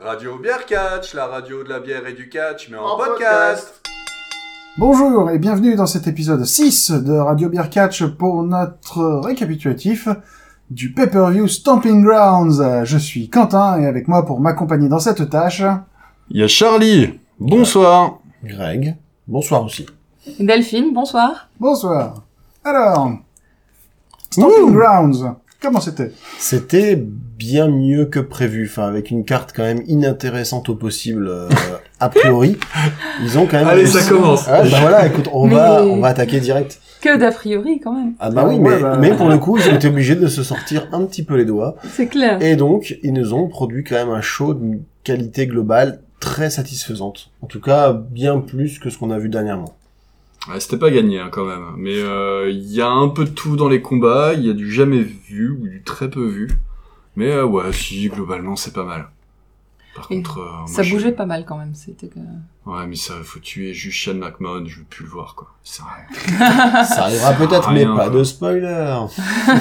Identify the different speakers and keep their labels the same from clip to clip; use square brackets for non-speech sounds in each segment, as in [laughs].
Speaker 1: Radio Bière Catch, la radio de la bière et du catch, mais en,
Speaker 2: En
Speaker 1: podcast.
Speaker 3: Bonjour et bienvenue dans cet épisode 6 de Radio Beer Catch pour notre récapitulatif du pay-per-view Stomping Grounds. Euh, Je suis Quentin et avec moi pour m'accompagner dans cette tâche.
Speaker 4: Il y a Charlie. Bonsoir.
Speaker 5: Greg. Bonsoir aussi.
Speaker 6: Delphine, bonsoir.
Speaker 3: Bonsoir. Alors, Stomping Grounds, comment c'était
Speaker 5: C'était bien mieux que prévu, enfin avec une carte quand même inintéressante au possible euh, a priori. Ils ont quand même.
Speaker 1: Allez, ça commence.
Speaker 5: Ah, bah voilà, écoute, on va
Speaker 6: Mais-
Speaker 5: on va attaquer direct.
Speaker 6: Que d'a priori quand même,
Speaker 5: Ah bah
Speaker 3: Ah
Speaker 5: oui,
Speaker 3: ouais,
Speaker 5: mais,
Speaker 3: bah.
Speaker 5: mais pour le coup, ils ont été obligés de se sortir un petit peu les doigts.
Speaker 6: c'est clair.
Speaker 5: Et donc, ils nous ont produit quand même un show d'une qualité globale très satisfaisante. En tout cas, bien plus que ce qu'on a vu dernièrement.
Speaker 4: Ouais, C'était pas gagné hein, quand même, mais euh, il y a un peu de tout dans les combats, il y a du jamais vu ou du très peu vu. Mais euh, ouais, si, globalement, c'est pas mal. Par
Speaker 6: Et
Speaker 4: contre... euh,
Speaker 6: Ça
Speaker 4: moi, je-
Speaker 6: bougeait pas mal quand même, c'était que...
Speaker 4: Ouais, mais ça, faut tuer juste Sean McMahon, je veux plus le voir, quoi. C'est vrai.
Speaker 5: Ça arrivera peut-être, mais
Speaker 4: Rien,
Speaker 5: pas
Speaker 4: quoi.
Speaker 5: de spoiler.
Speaker 4: [laughs]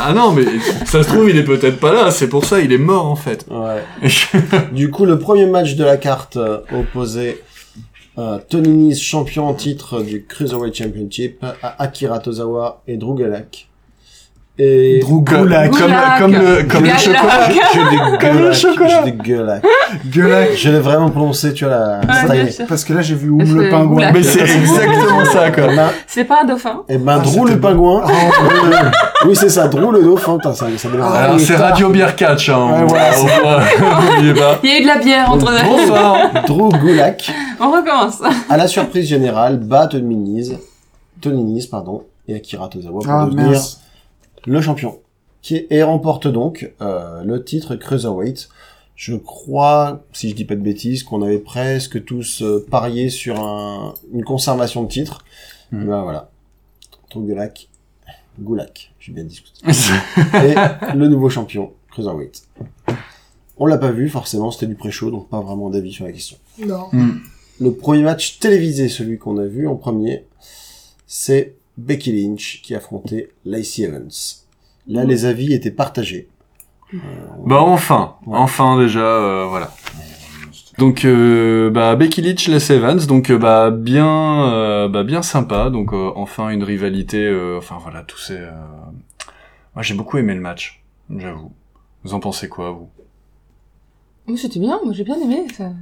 Speaker 4: Ah non, mais ça se trouve, il est peut-être pas là, c'est pour ça, il est mort, en fait. [laughs]
Speaker 5: Ouais. Du coup, le premier match de la carte euh, opposait euh, Tony Nese, champion en titre du Cruiserweight Championship, à Akira Tozawa et Drew Gulak. Et
Speaker 3: Drew Gulak.
Speaker 6: Comme- comme le- comme le chocolat.
Speaker 5: Je, je dégueulasse,
Speaker 3: [laughs] Comme le chocolat.
Speaker 5: Je dégueulasse.
Speaker 3: Gulak.
Speaker 5: Je l'ai vraiment prononcé, tu vois, la
Speaker 6: Ouais,
Speaker 5: stylé.
Speaker 6: bien sûr.
Speaker 3: Parce que là j'ai vu Oum
Speaker 6: Parce
Speaker 3: le
Speaker 6: que
Speaker 3: pingouin.
Speaker 6: Gulak. Mais
Speaker 4: c'est exactement ça,
Speaker 5: Et ben,
Speaker 6: [laughs] C'est pas un dauphin
Speaker 5: et
Speaker 3: Ah,
Speaker 5: ben Drew
Speaker 3: c'était
Speaker 5: le
Speaker 3: bon.
Speaker 5: pingouin. oui, c'est ça, Drew le dauphin. Putain, ça, ça démarre.
Speaker 3: Ah,
Speaker 4: Alors,
Speaker 3: il est
Speaker 4: c'est
Speaker 3: tard.
Speaker 4: Radio Beer Catch, hein.
Speaker 3: Ouais, voilà,
Speaker 4: on voit, [laughs] n'oubliez pas.
Speaker 6: Il y a eu de la bière Ah, entre nous.
Speaker 4: Bonsoir
Speaker 5: Drew Gulak.
Speaker 6: On recommence.
Speaker 5: À la surprise générale, bat Tony Nese, Tony Nese, pardon, et Akira Tozawa pour
Speaker 3: Ah
Speaker 5: devenir
Speaker 3: mince.
Speaker 5: le champion, qui est- et remporte donc euh, le titre Cruiserweight. Je crois, si je dis pas de bêtises, qu'on avait presque tous euh, parié sur un- une conservation de titre.
Speaker 3: Mhm.
Speaker 5: Et ben voilà, Drew Gulak, Gulak, j'ai bien discuté. et le nouveau champion Cruiserweight. On l'a pas vu forcément, c'était du pré-show, donc pas vraiment d'avis sur la question.
Speaker 3: Hmm.
Speaker 5: Le premier match télévisé, celui qu'on a vu en premier, c'est Becky Lynch qui affrontait Lacey Evans. Là, les avis étaient partagés.
Speaker 4: Bah enfin,
Speaker 5: Ouais.
Speaker 4: enfin déjà, euh, voilà. Donc euh, bah Becky Lynch, Les Evans, donc euh, bah bien, euh, bah bien sympa. Donc euh, enfin une rivalité, euh, enfin voilà tout c'est. euh, Moi j'ai beaucoup aimé le match, j'avoue. Vous en pensez quoi vous
Speaker 6: Moi c'était bien, moi j'ai bien aimé. Ça...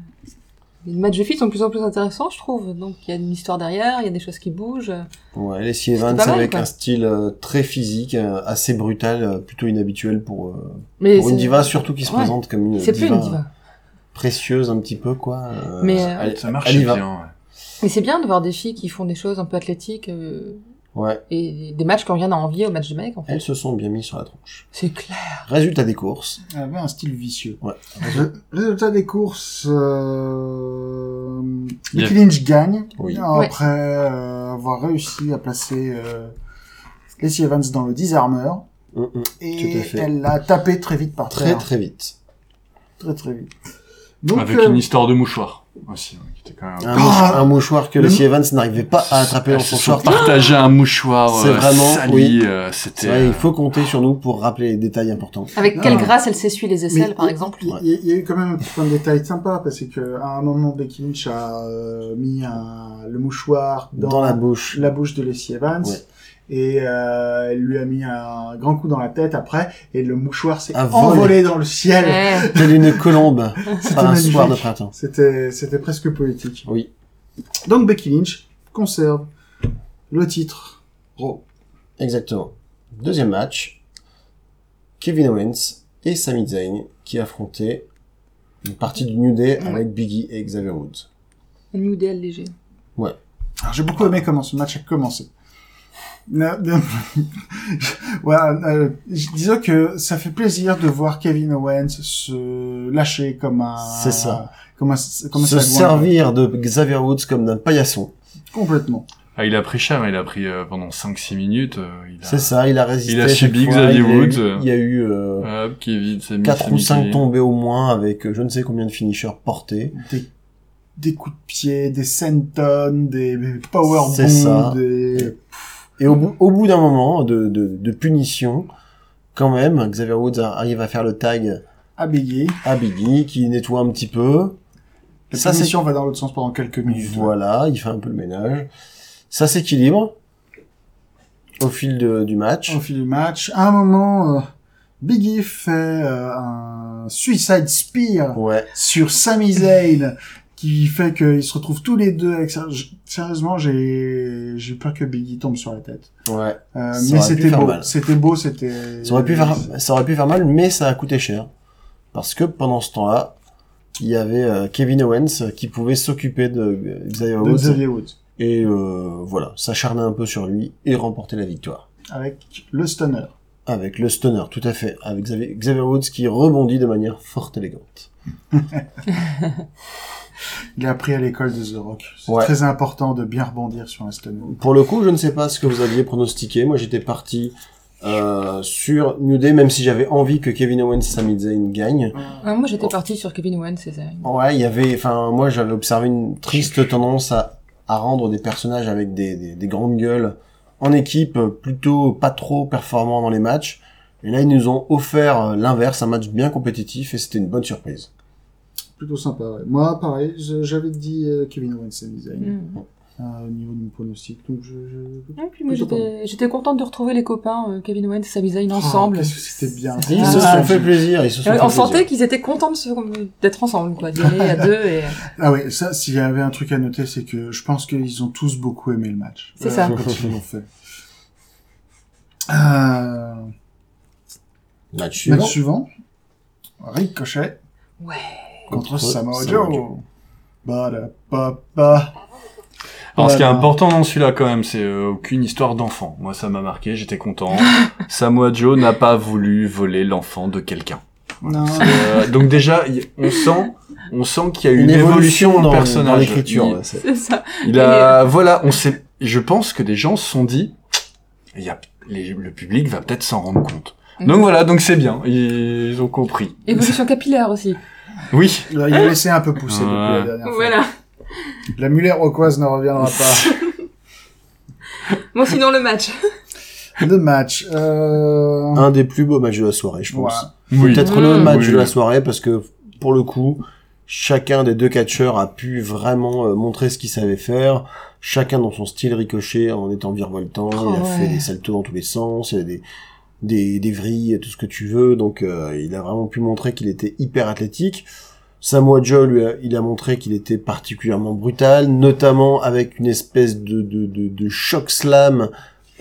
Speaker 6: Les matchs de filles sont de plus en plus intéressants, je trouve. Donc il y a une histoire derrière, il y a des choses qui bougent.
Speaker 5: Ouais, Lacey
Speaker 6: C'était
Speaker 5: Evans
Speaker 6: pas mal,
Speaker 5: avec
Speaker 6: quoi.
Speaker 5: un style euh, très physique, euh, assez brutal, euh, plutôt inhabituel pour, euh,
Speaker 6: Mais
Speaker 5: pour une
Speaker 6: c'est-
Speaker 5: diva, surtout qui se
Speaker 6: Ouais.
Speaker 5: présente comme une
Speaker 6: C'est
Speaker 5: diva,
Speaker 6: plus une diva.
Speaker 5: précieuse un petit peu, quoi. Euh,
Speaker 6: Mais, euh,
Speaker 5: elle-
Speaker 4: Ça marche
Speaker 5: elle y va.
Speaker 4: bien. Ouais.
Speaker 6: Mais c'est bien de voir des filles qui font des choses un peu athlétiques euh,
Speaker 5: Ouais,
Speaker 6: et des matchs qui rien à envier aux matchs de mecs. En fait.
Speaker 5: elles se sont bien mises sur la tronche.
Speaker 6: C'est clair.
Speaker 5: Résultat des courses.
Speaker 3: Elle avait un style vicieux.
Speaker 5: Ouais.
Speaker 3: Ré- Résultat des courses, euh...
Speaker 4: Il y a-
Speaker 3: Becky Lynch gagne
Speaker 5: Oui.
Speaker 6: Ouais.
Speaker 3: après euh, avoir réussi à placer euh, Lacey Evans dans le disarmer
Speaker 5: Mm, mm. Tout à
Speaker 3: et
Speaker 5: fait.
Speaker 3: elle l'a tapé très vite par
Speaker 5: Très
Speaker 3: terre.
Speaker 5: très vite.
Speaker 3: très très vite. Donc
Speaker 4: Avec
Speaker 3: euh,
Speaker 4: une histoire de mouchoir aussi, hein, qui était quand même.
Speaker 6: Oh
Speaker 5: Un,
Speaker 3: Ah
Speaker 5: mouchoir, un mouchoir que
Speaker 3: Le
Speaker 5: Lacey Evans n'arriver pas à attraper
Speaker 6: Ah,
Speaker 5: dans
Speaker 4: Elles
Speaker 5: son
Speaker 4: se sont
Speaker 5: short.
Speaker 4: partagées un mouchoir
Speaker 5: C'est
Speaker 4: euh,
Speaker 5: vraiment-
Speaker 4: sali,
Speaker 5: oui.
Speaker 4: euh,
Speaker 5: C'est
Speaker 4: c'était.
Speaker 5: vrai,
Speaker 4: euh,
Speaker 5: il faut compter sur nous pour rappeler les détails importants.
Speaker 6: Avec
Speaker 3: Non.
Speaker 6: quelle grâce elle s'essuie les aisselles,
Speaker 3: mais
Speaker 6: par
Speaker 3: il-
Speaker 6: exemple.
Speaker 3: Il il- il y a eu quand même un petit point de détail sympa parce que à un moment Becky Lynch a euh, mis un, le mouchoir dans,
Speaker 5: Dans, la bouche.
Speaker 3: la bouche de Lacey Evans.
Speaker 5: Ouais.
Speaker 3: Et euh, elle lui a mis un grand coup dans la tête après, et le mouchoir s'est
Speaker 5: A volé.
Speaker 3: envolé dans le ciel.
Speaker 6: Ouais.
Speaker 5: Telle une colombe
Speaker 3: C'était
Speaker 5: par un
Speaker 3: magnifique.
Speaker 5: soir de printemps.
Speaker 3: C'était, c'était presque poétique.
Speaker 5: Oui.
Speaker 3: Donc Becky Lynch conserve le titre Raw.
Speaker 5: Exactement. Deuxième match. Kevin Owens et Sami Zayn qui affrontaient une partie du New Day
Speaker 6: Ouais.
Speaker 5: avec Biggie et Xavier Woods.
Speaker 6: Un New Deal léger.
Speaker 3: Alors, j'ai beaucoup aimé comment ce match a commencé. [laughs] Non, non. voilà, euh, je- disons que ça fait plaisir de voir Kevin Owens se lâcher comme un.
Speaker 5: C'est ça.
Speaker 3: Comme un, comme un
Speaker 5: Se
Speaker 3: sagouin,
Speaker 5: servir de Xavier Woods comme d'un paillasson.
Speaker 3: Complètement.
Speaker 4: Ah, il a pris cher, hein, il a pris euh, pendant 5-6 minutes. euh, il a-
Speaker 5: C'est ça, il a résisté.
Speaker 4: il a
Speaker 5: à chaque
Speaker 4: subi
Speaker 5: fois,
Speaker 4: Xavier
Speaker 5: il y a eu-
Speaker 4: Woods.
Speaker 5: Il y a eu euh,
Speaker 4: Hop, Kevin, c'est mis, c'est
Speaker 5: 4 ou
Speaker 4: mis,
Speaker 5: 5
Speaker 4: Kevin.
Speaker 5: tombés au moins avec euh, je ne sais combien de finishers portés.
Speaker 3: Des, des coups de pied, des senton, des power
Speaker 5: C'est ça.
Speaker 3: des...
Speaker 5: Et au bout, au bout d'un moment de, de, de punition, quand même, Xavier Woods a- arrive à faire le tag
Speaker 3: habillés.
Speaker 5: à Biggie, qui nettoie un petit peu.
Speaker 3: La
Speaker 5: Ça, c'est-
Speaker 3: punition va dans l'autre sens pendant quelques minutes.
Speaker 5: Voilà, il fait un peu le ménage. Ça s'équilibre au fil de- du match.
Speaker 3: Au fil du match, à un moment, euh, Biggie fait euh, un suicide spear
Speaker 5: Ouais,
Speaker 3: sur Sami Zayn qui fait qu'ils se retrouvent tous les deux avec ça. J- Sérieusement, j'ai j'ai eu peur que Biggie tombe sur la tête.
Speaker 5: ouais.
Speaker 3: Euh,
Speaker 5: Ça
Speaker 3: mais
Speaker 5: aurait pu
Speaker 3: c'était
Speaker 5: faire
Speaker 3: beau,
Speaker 5: mal.
Speaker 3: c'était beau, c'était.
Speaker 5: Ça aurait, pu faire, ça aurait pu faire mal, mais ça a coûté cher. Parce que pendant ce temps-là, il y avait euh, Kevin Owens qui pouvait s'occuper de euh, Xavier
Speaker 3: de
Speaker 5: Woods.
Speaker 3: Xavier Woods
Speaker 5: Et euh, voilà, s'acharner un peu sur lui et remporter la victoire.
Speaker 3: avec le stunner.
Speaker 5: Avec le stunner, tout à fait. Avec Xavier, Xavier Woods qui rebondit de manière fort élégante.
Speaker 3: Il a appris à l'école de The Rock. C'est
Speaker 5: Ouais.
Speaker 3: très important de bien rebondir sur un stunner.
Speaker 5: Pour le coup, je ne sais pas ce que vous aviez pronostiqué. Moi, j'étais parti euh, sur New Day, même si j'avais envie que Kevin Owens et Sami Zayn gagnent.
Speaker 6: Ah, moi, j'étais partie sur Kevin Owens, c'est ça.
Speaker 5: Ouais, il y avait, enfin, moi, j'avais observé une triste tendance à, à rendre des personnages avec des, des, des grandes gueules en équipe euh, plutôt pas trop performants dans les matchs. Et là, ils nous ont offert euh, l'inverse, un match bien compétitif, et c'était une bonne surprise.
Speaker 3: Plutôt sympa. ouais. Moi, pareil, je- j'avais dit euh, Kevin Owens et design
Speaker 6: Mm.
Speaker 3: euh, au niveau de mon pronostic. Donc je. je...
Speaker 6: Ouais, Ah, puis moi, j'étais j'étais contente de retrouver les copains euh, Kevin Owens et Sami Zayn ensemble.
Speaker 3: Oh, Qu'est-ce que c'était bien.
Speaker 5: Ils
Speaker 6: Ah,
Speaker 5: se
Speaker 6: ah,
Speaker 5: sont fait plaisir, ils se sont
Speaker 6: Euh,
Speaker 5: fait
Speaker 6: on
Speaker 5: plaisir.
Speaker 6: sentait qu'ils étaient contents de se- d'être ensemble, quoi, d'y aller à deux et
Speaker 3: Ah ouais, ça, s'il y avait un truc à noter, c'est que je pense qu'ils ont tous beaucoup aimé le match.
Speaker 6: C'est ça.
Speaker 3: Quand ils l'ont [laughs] fait. Euh,
Speaker 5: Match suivant.
Speaker 3: match suivant. Ricochet
Speaker 6: ouais.
Speaker 3: contre,
Speaker 5: Contre
Speaker 3: Samoa
Speaker 5: Samoa
Speaker 3: Joe.
Speaker 5: Joe.
Speaker 3: Ba-da-ba-ba.
Speaker 4: Alors, ce qui est
Speaker 3: Voilà.
Speaker 4: important dans celui-là, quand même, c'est euh, aucune histoire d'enfant. Moi, ça m'a marqué, j'étais content.
Speaker 5: [laughs]
Speaker 4: Samoa Joe n'a pas voulu voler l'enfant de quelqu'un.
Speaker 3: Non.
Speaker 4: C'est, euh, donc déjà, il- on sent, on sent qu'il y a
Speaker 5: Une, évolution,
Speaker 4: dans
Speaker 5: dans,
Speaker 4: le
Speaker 5: dans
Speaker 4: personnage.
Speaker 5: l'écriture. ouais, c'est-
Speaker 6: C'est ça.
Speaker 4: Il, il a, voilà, on sait. Je pense que des gens se sont dit, il y a, les- le public va peut-être s'en rendre compte. Donc voilà, donc c'est bien, ils ont compris.
Speaker 6: Évolution capillaire aussi.
Speaker 4: Oui.
Speaker 3: Il a laissé un peu pousser
Speaker 5: Ah.
Speaker 3: depuis la
Speaker 4: Ouais.
Speaker 3: dernière fois.
Speaker 6: Voilà.
Speaker 3: La Muller roquoise ne
Speaker 5: Ah, bah.
Speaker 4: [laughs]
Speaker 3: reviendra pas.
Speaker 6: Bon, sinon le match.
Speaker 3: Le match. Euh...
Speaker 5: Un des plus beaux matchs de la soirée, je pense.
Speaker 3: voilà.
Speaker 4: Oui.
Speaker 5: Peut-être le
Speaker 6: Mmh.
Speaker 5: match
Speaker 4: Oui. [laughs]
Speaker 5: de la soirée parce que pour le coup, chacun des deux catcheurs a pu vraiment euh, montrer ce qu'il savait faire. Chacun dans son style ricochet en étant virevoltant.
Speaker 6: Oh,
Speaker 5: il a
Speaker 6: ouais.
Speaker 5: fait des saltos dans tous les sens, il a des des, des vrilles, tout ce que tu veux. Donc euh, il a vraiment pu montrer qu'il était hyper athlétique. Samoa Joe, lui, a- il a montré qu'il était particulièrement brutal, notamment avec une espèce de, de, de, de choc slam,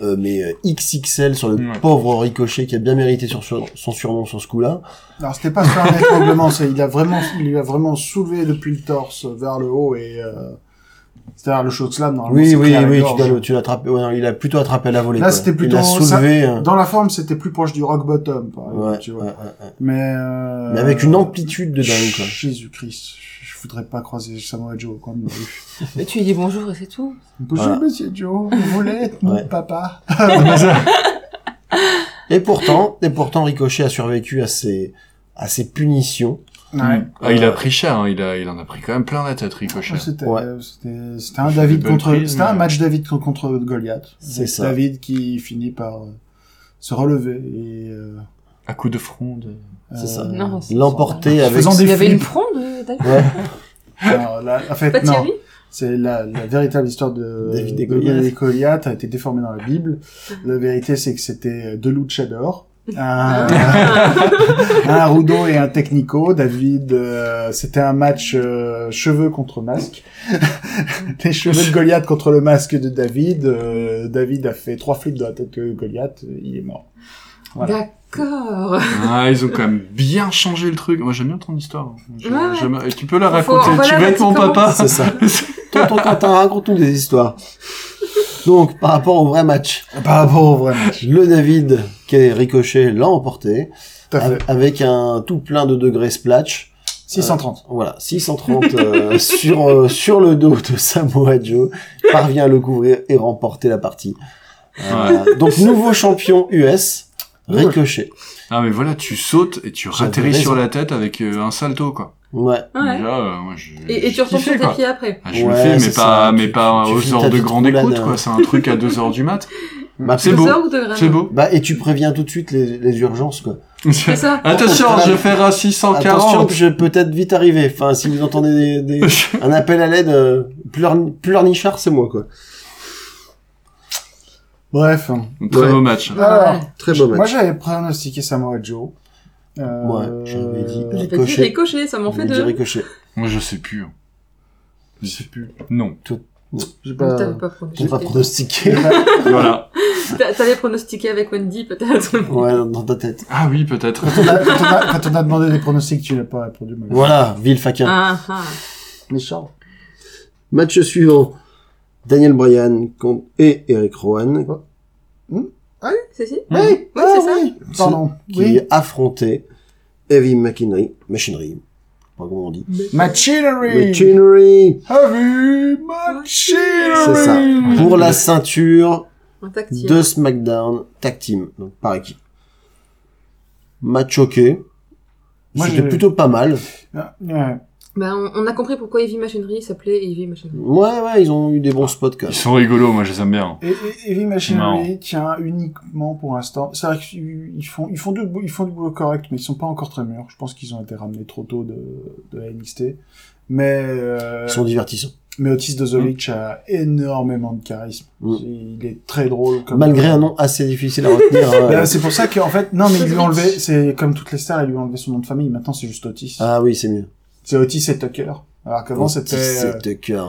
Speaker 5: euh, mais euh, XXL sur le
Speaker 4: Ouais.
Speaker 5: pauvre Ricochet qui a bien mérité sur, sur- son surnom sur ce coup-là.
Speaker 3: Alors c'était pas sur un étranglement, c'est il a vraiment, il lui a vraiment soulevé depuis le torse vers le haut et euh... c'est-à-dire le show de slam normalement.
Speaker 5: Oui,
Speaker 3: c'est
Speaker 5: oui,
Speaker 3: clair, la
Speaker 5: oui, tu
Speaker 3: gorge.
Speaker 5: dois le- tu l'attrapes. ouais, non, il a plutôt attrapé à la volée.
Speaker 3: Là,
Speaker 5: quoi.
Speaker 3: c'était
Speaker 5: Il
Speaker 3: plutôt
Speaker 5: a soulevé. euh,
Speaker 3: Dans la forme, c'était plus proche du rock bottom, par exemple,
Speaker 5: ouais,
Speaker 3: tu vois.
Speaker 5: ouais, ouais, ouais.
Speaker 3: Mais, euh...
Speaker 5: Mais avec une amplitude de dingue. quoi.
Speaker 3: Jésus-Christ, je voudrais pas croiser Samoa Joe
Speaker 5: [laughs]
Speaker 3: quand même.
Speaker 6: Mais tu lui dis bonjour et c'est tout.
Speaker 3: Bonjour
Speaker 5: Voilà.
Speaker 3: Monsieur Joe, vous voulez être mon
Speaker 5: Ouais.
Speaker 3: papa
Speaker 5: Et pourtant, et pourtant, Ricochet a survécu à ses à ses punitions.
Speaker 3: Ouais.
Speaker 4: Ah, il a pris cher, hein, il, a, il en a pris quand même plein la tête,
Speaker 5: Ah,
Speaker 4: Ricochet.
Speaker 3: C'était
Speaker 5: Ouais.
Speaker 3: euh, c'était- c'était un
Speaker 4: J'ai
Speaker 3: David
Speaker 4: des bonnes
Speaker 3: contre
Speaker 4: prises,
Speaker 3: c'était un
Speaker 4: mais-
Speaker 3: match David co- contre Goliath.
Speaker 5: C'est
Speaker 3: Avec
Speaker 5: ça.
Speaker 3: David qui finit par euh, se relever et euh,
Speaker 4: À coup de fronde.
Speaker 5: C'est ça.
Speaker 3: euh,
Speaker 6: Non, c'est-
Speaker 5: L'emporter avec.
Speaker 3: Faisant des
Speaker 6: Il y avait une
Speaker 3: flips.
Speaker 6: fronde, euh, d'accord.
Speaker 5: Ouais.
Speaker 3: Alors, la- en fait,
Speaker 6: Pas Thierry
Speaker 3: non, c'est la, la véritable histoire de
Speaker 5: David et
Speaker 3: de
Speaker 5: Goliath.
Speaker 3: David et Goliath a été déformée dans la Bible. La vérité, c'est que c'était deux luchadors, un, un rudo et un technico. David, euh, c'était un match euh, cheveux contre masque. [laughs] Les cheveux de Goliath contre le masque de David. Euh, David a fait trois flips dans la tête de Goliath. Il est mort. Voilà.
Speaker 6: D'accord.
Speaker 4: Ah, ils ont quand même bien changé le truc. Moi, j'aime bien ton histoire. Je-
Speaker 6: Ah Ouais.
Speaker 4: j'aime- et Tu peux la
Speaker 6: Faut-
Speaker 4: raconter.
Speaker 6: voilà,
Speaker 4: tu vas être mon
Speaker 6: raconte-moi.
Speaker 4: papa.
Speaker 3: [laughs]
Speaker 5: C'est ça.
Speaker 4: [laughs]
Speaker 5: Tonton Quentin, raconte-nous des histoires. Donc, par rapport au vrai match,
Speaker 3: Par rapport au vrai match.
Speaker 5: le David qui est Ricochet l'a emporté Ah,
Speaker 3: Tout à fait.
Speaker 5: av- avec un tout plein de degrés splatch.
Speaker 3: 630.
Speaker 5: Voilà,
Speaker 4: [laughs]
Speaker 5: 630 euh, sur, euh, sur le dos de Samoa Joe, parvient à le couvrir et remporter la partie. Euh, donc nouveau champion US,
Speaker 3: Nouveau.
Speaker 5: Ricochet.
Speaker 4: Ah mais voilà, tu sautes et tu
Speaker 5: J'avais
Speaker 4: ratterris
Speaker 5: raison.
Speaker 4: sur la tête avec euh, un salto quoi.
Speaker 5: Ouais.
Speaker 6: Ah Ouais.
Speaker 4: Déjà, euh, moi, je,
Speaker 6: Et, et tu
Speaker 4: je
Speaker 6: retombes sur
Speaker 4: kiffais,
Speaker 6: tes
Speaker 4: quoi.
Speaker 6: pieds après.
Speaker 4: Ah, je
Speaker 5: Ouais,
Speaker 4: le fais, mais
Speaker 5: c'est
Speaker 4: pas,
Speaker 5: ça,
Speaker 4: mais
Speaker 5: tu-
Speaker 4: pas
Speaker 5: tu finis
Speaker 4: aux
Speaker 5: ta
Speaker 4: heures de
Speaker 5: petite
Speaker 4: grande
Speaker 5: roulade,
Speaker 4: écoute,
Speaker 5: hein.
Speaker 4: quoi. C'est un truc à 2 heures du mat.
Speaker 5: Bah,
Speaker 4: C'est
Speaker 6: Deux
Speaker 4: beau.
Speaker 6: heures ou deux grammes
Speaker 4: C'est
Speaker 6: [laughs]
Speaker 4: beau.
Speaker 5: bah, et tu préviens tout de suite les, les urgences, quoi.
Speaker 6: C'est ça.
Speaker 4: Attention, je vais faire un
Speaker 5: Attention,
Speaker 4: 640.
Speaker 5: je vais peut-être vite arriver. Enfin, si vous
Speaker 4: [laughs]
Speaker 5: entendez des, des- un appel à l'aide, euh, pleurni- pleurnichard, c'est moi, quoi.
Speaker 3: Bref.
Speaker 4: Très
Speaker 5: Ouais.
Speaker 4: beau match.
Speaker 3: Alors,
Speaker 5: Très Ah, beau
Speaker 3: moi
Speaker 5: match.
Speaker 3: j'avais pronostiqué Samoa Joe. Euh,
Speaker 5: Ouais, j'avais dit.
Speaker 6: J'ai
Speaker 3: euh,
Speaker 6: pas dit
Speaker 5: Ricochet.
Speaker 6: ricocher, ça m'en
Speaker 5: Je
Speaker 6: fait
Speaker 5: vais dire
Speaker 6: deux.
Speaker 5: Ricochet.
Speaker 4: Moi je sais plus. hein.
Speaker 3: Je sais plus.
Speaker 4: Non.
Speaker 3: J'ai pas.
Speaker 6: Non, T'avais pas
Speaker 5: euh, J'ai pas
Speaker 6: pronostiqué.
Speaker 3: euh,
Speaker 5: pronostiqué.
Speaker 4: Voilà.
Speaker 6: T'a- T'avais pronostiqué avec Wendy peut-être.
Speaker 5: [laughs] ouais, dans- dans ta tête.
Speaker 4: Ah oui, peut-être.
Speaker 3: Quand on, a, quand on a- quand on a demandé des pronostics, tu l'as pas répondu. mais-
Speaker 5: Voilà, ville faquin.
Speaker 6: Ah, ah.
Speaker 5: Méchant. Match suivant. Daniel Bryan contre et Eric Rowan
Speaker 6: C'est si
Speaker 3: Oui, oui,
Speaker 6: Oui, c'est ça.
Speaker 3: Ah oui. Pardon.
Speaker 5: qui
Speaker 3: Oui.
Speaker 5: affrontaient Heavy Machinery. Machinery. Je sais Pas comment on dit.
Speaker 3: Machinery.
Speaker 5: Machinery.
Speaker 3: Heavy Machinery.
Speaker 5: C'est ça. Pour la ceinture
Speaker 6: Un tactile.
Speaker 5: de SmackDown Tag Team. Donc par équipe. Match ok.
Speaker 3: Moi,
Speaker 5: C'était
Speaker 3: j'ai-
Speaker 5: plutôt pas mal.
Speaker 3: Ah, ouais.
Speaker 6: Ben, on, on a compris pourquoi Heavy Machinery s'appelait Heavy Machinery.
Speaker 5: Ouais, ouais, ils ont eu des bons spots quand
Speaker 4: Ils
Speaker 5: même.
Speaker 4: sont rigolos, moi je les aime bien.
Speaker 3: Et, et Heavy Machinery
Speaker 4: Marrant.
Speaker 3: tient uniquement pour l'instant. C'est vrai qu'ils ils font, ils font, du, bou- ils font du boulot correct, mais ils sont pas encore très mûrs. Je pense qu'ils ont été ramenés trop tôt de, de la NXT. Mais, euh,
Speaker 5: Ils sont divertissants.
Speaker 3: mais Otis Dozovic a énormément de charisme.
Speaker 5: Mm.
Speaker 3: Il est très drôle. Comme
Speaker 5: Malgré un nom assez difficile à retenir.
Speaker 3: [laughs]
Speaker 5: hein.
Speaker 3: Ben, c'est pour ça qu'en fait, non, mais ils lui ont
Speaker 6: Dozovic.
Speaker 3: enlevé, c'est comme toutes les stars, ils lui ont enlevé son nom de famille. Maintenant, c'est juste Otis.
Speaker 5: Ah oui, c'est mieux.
Speaker 3: C'est Otis et Tucker. Alors qu'avant, c'était, euh,
Speaker 5: C'est Tucker.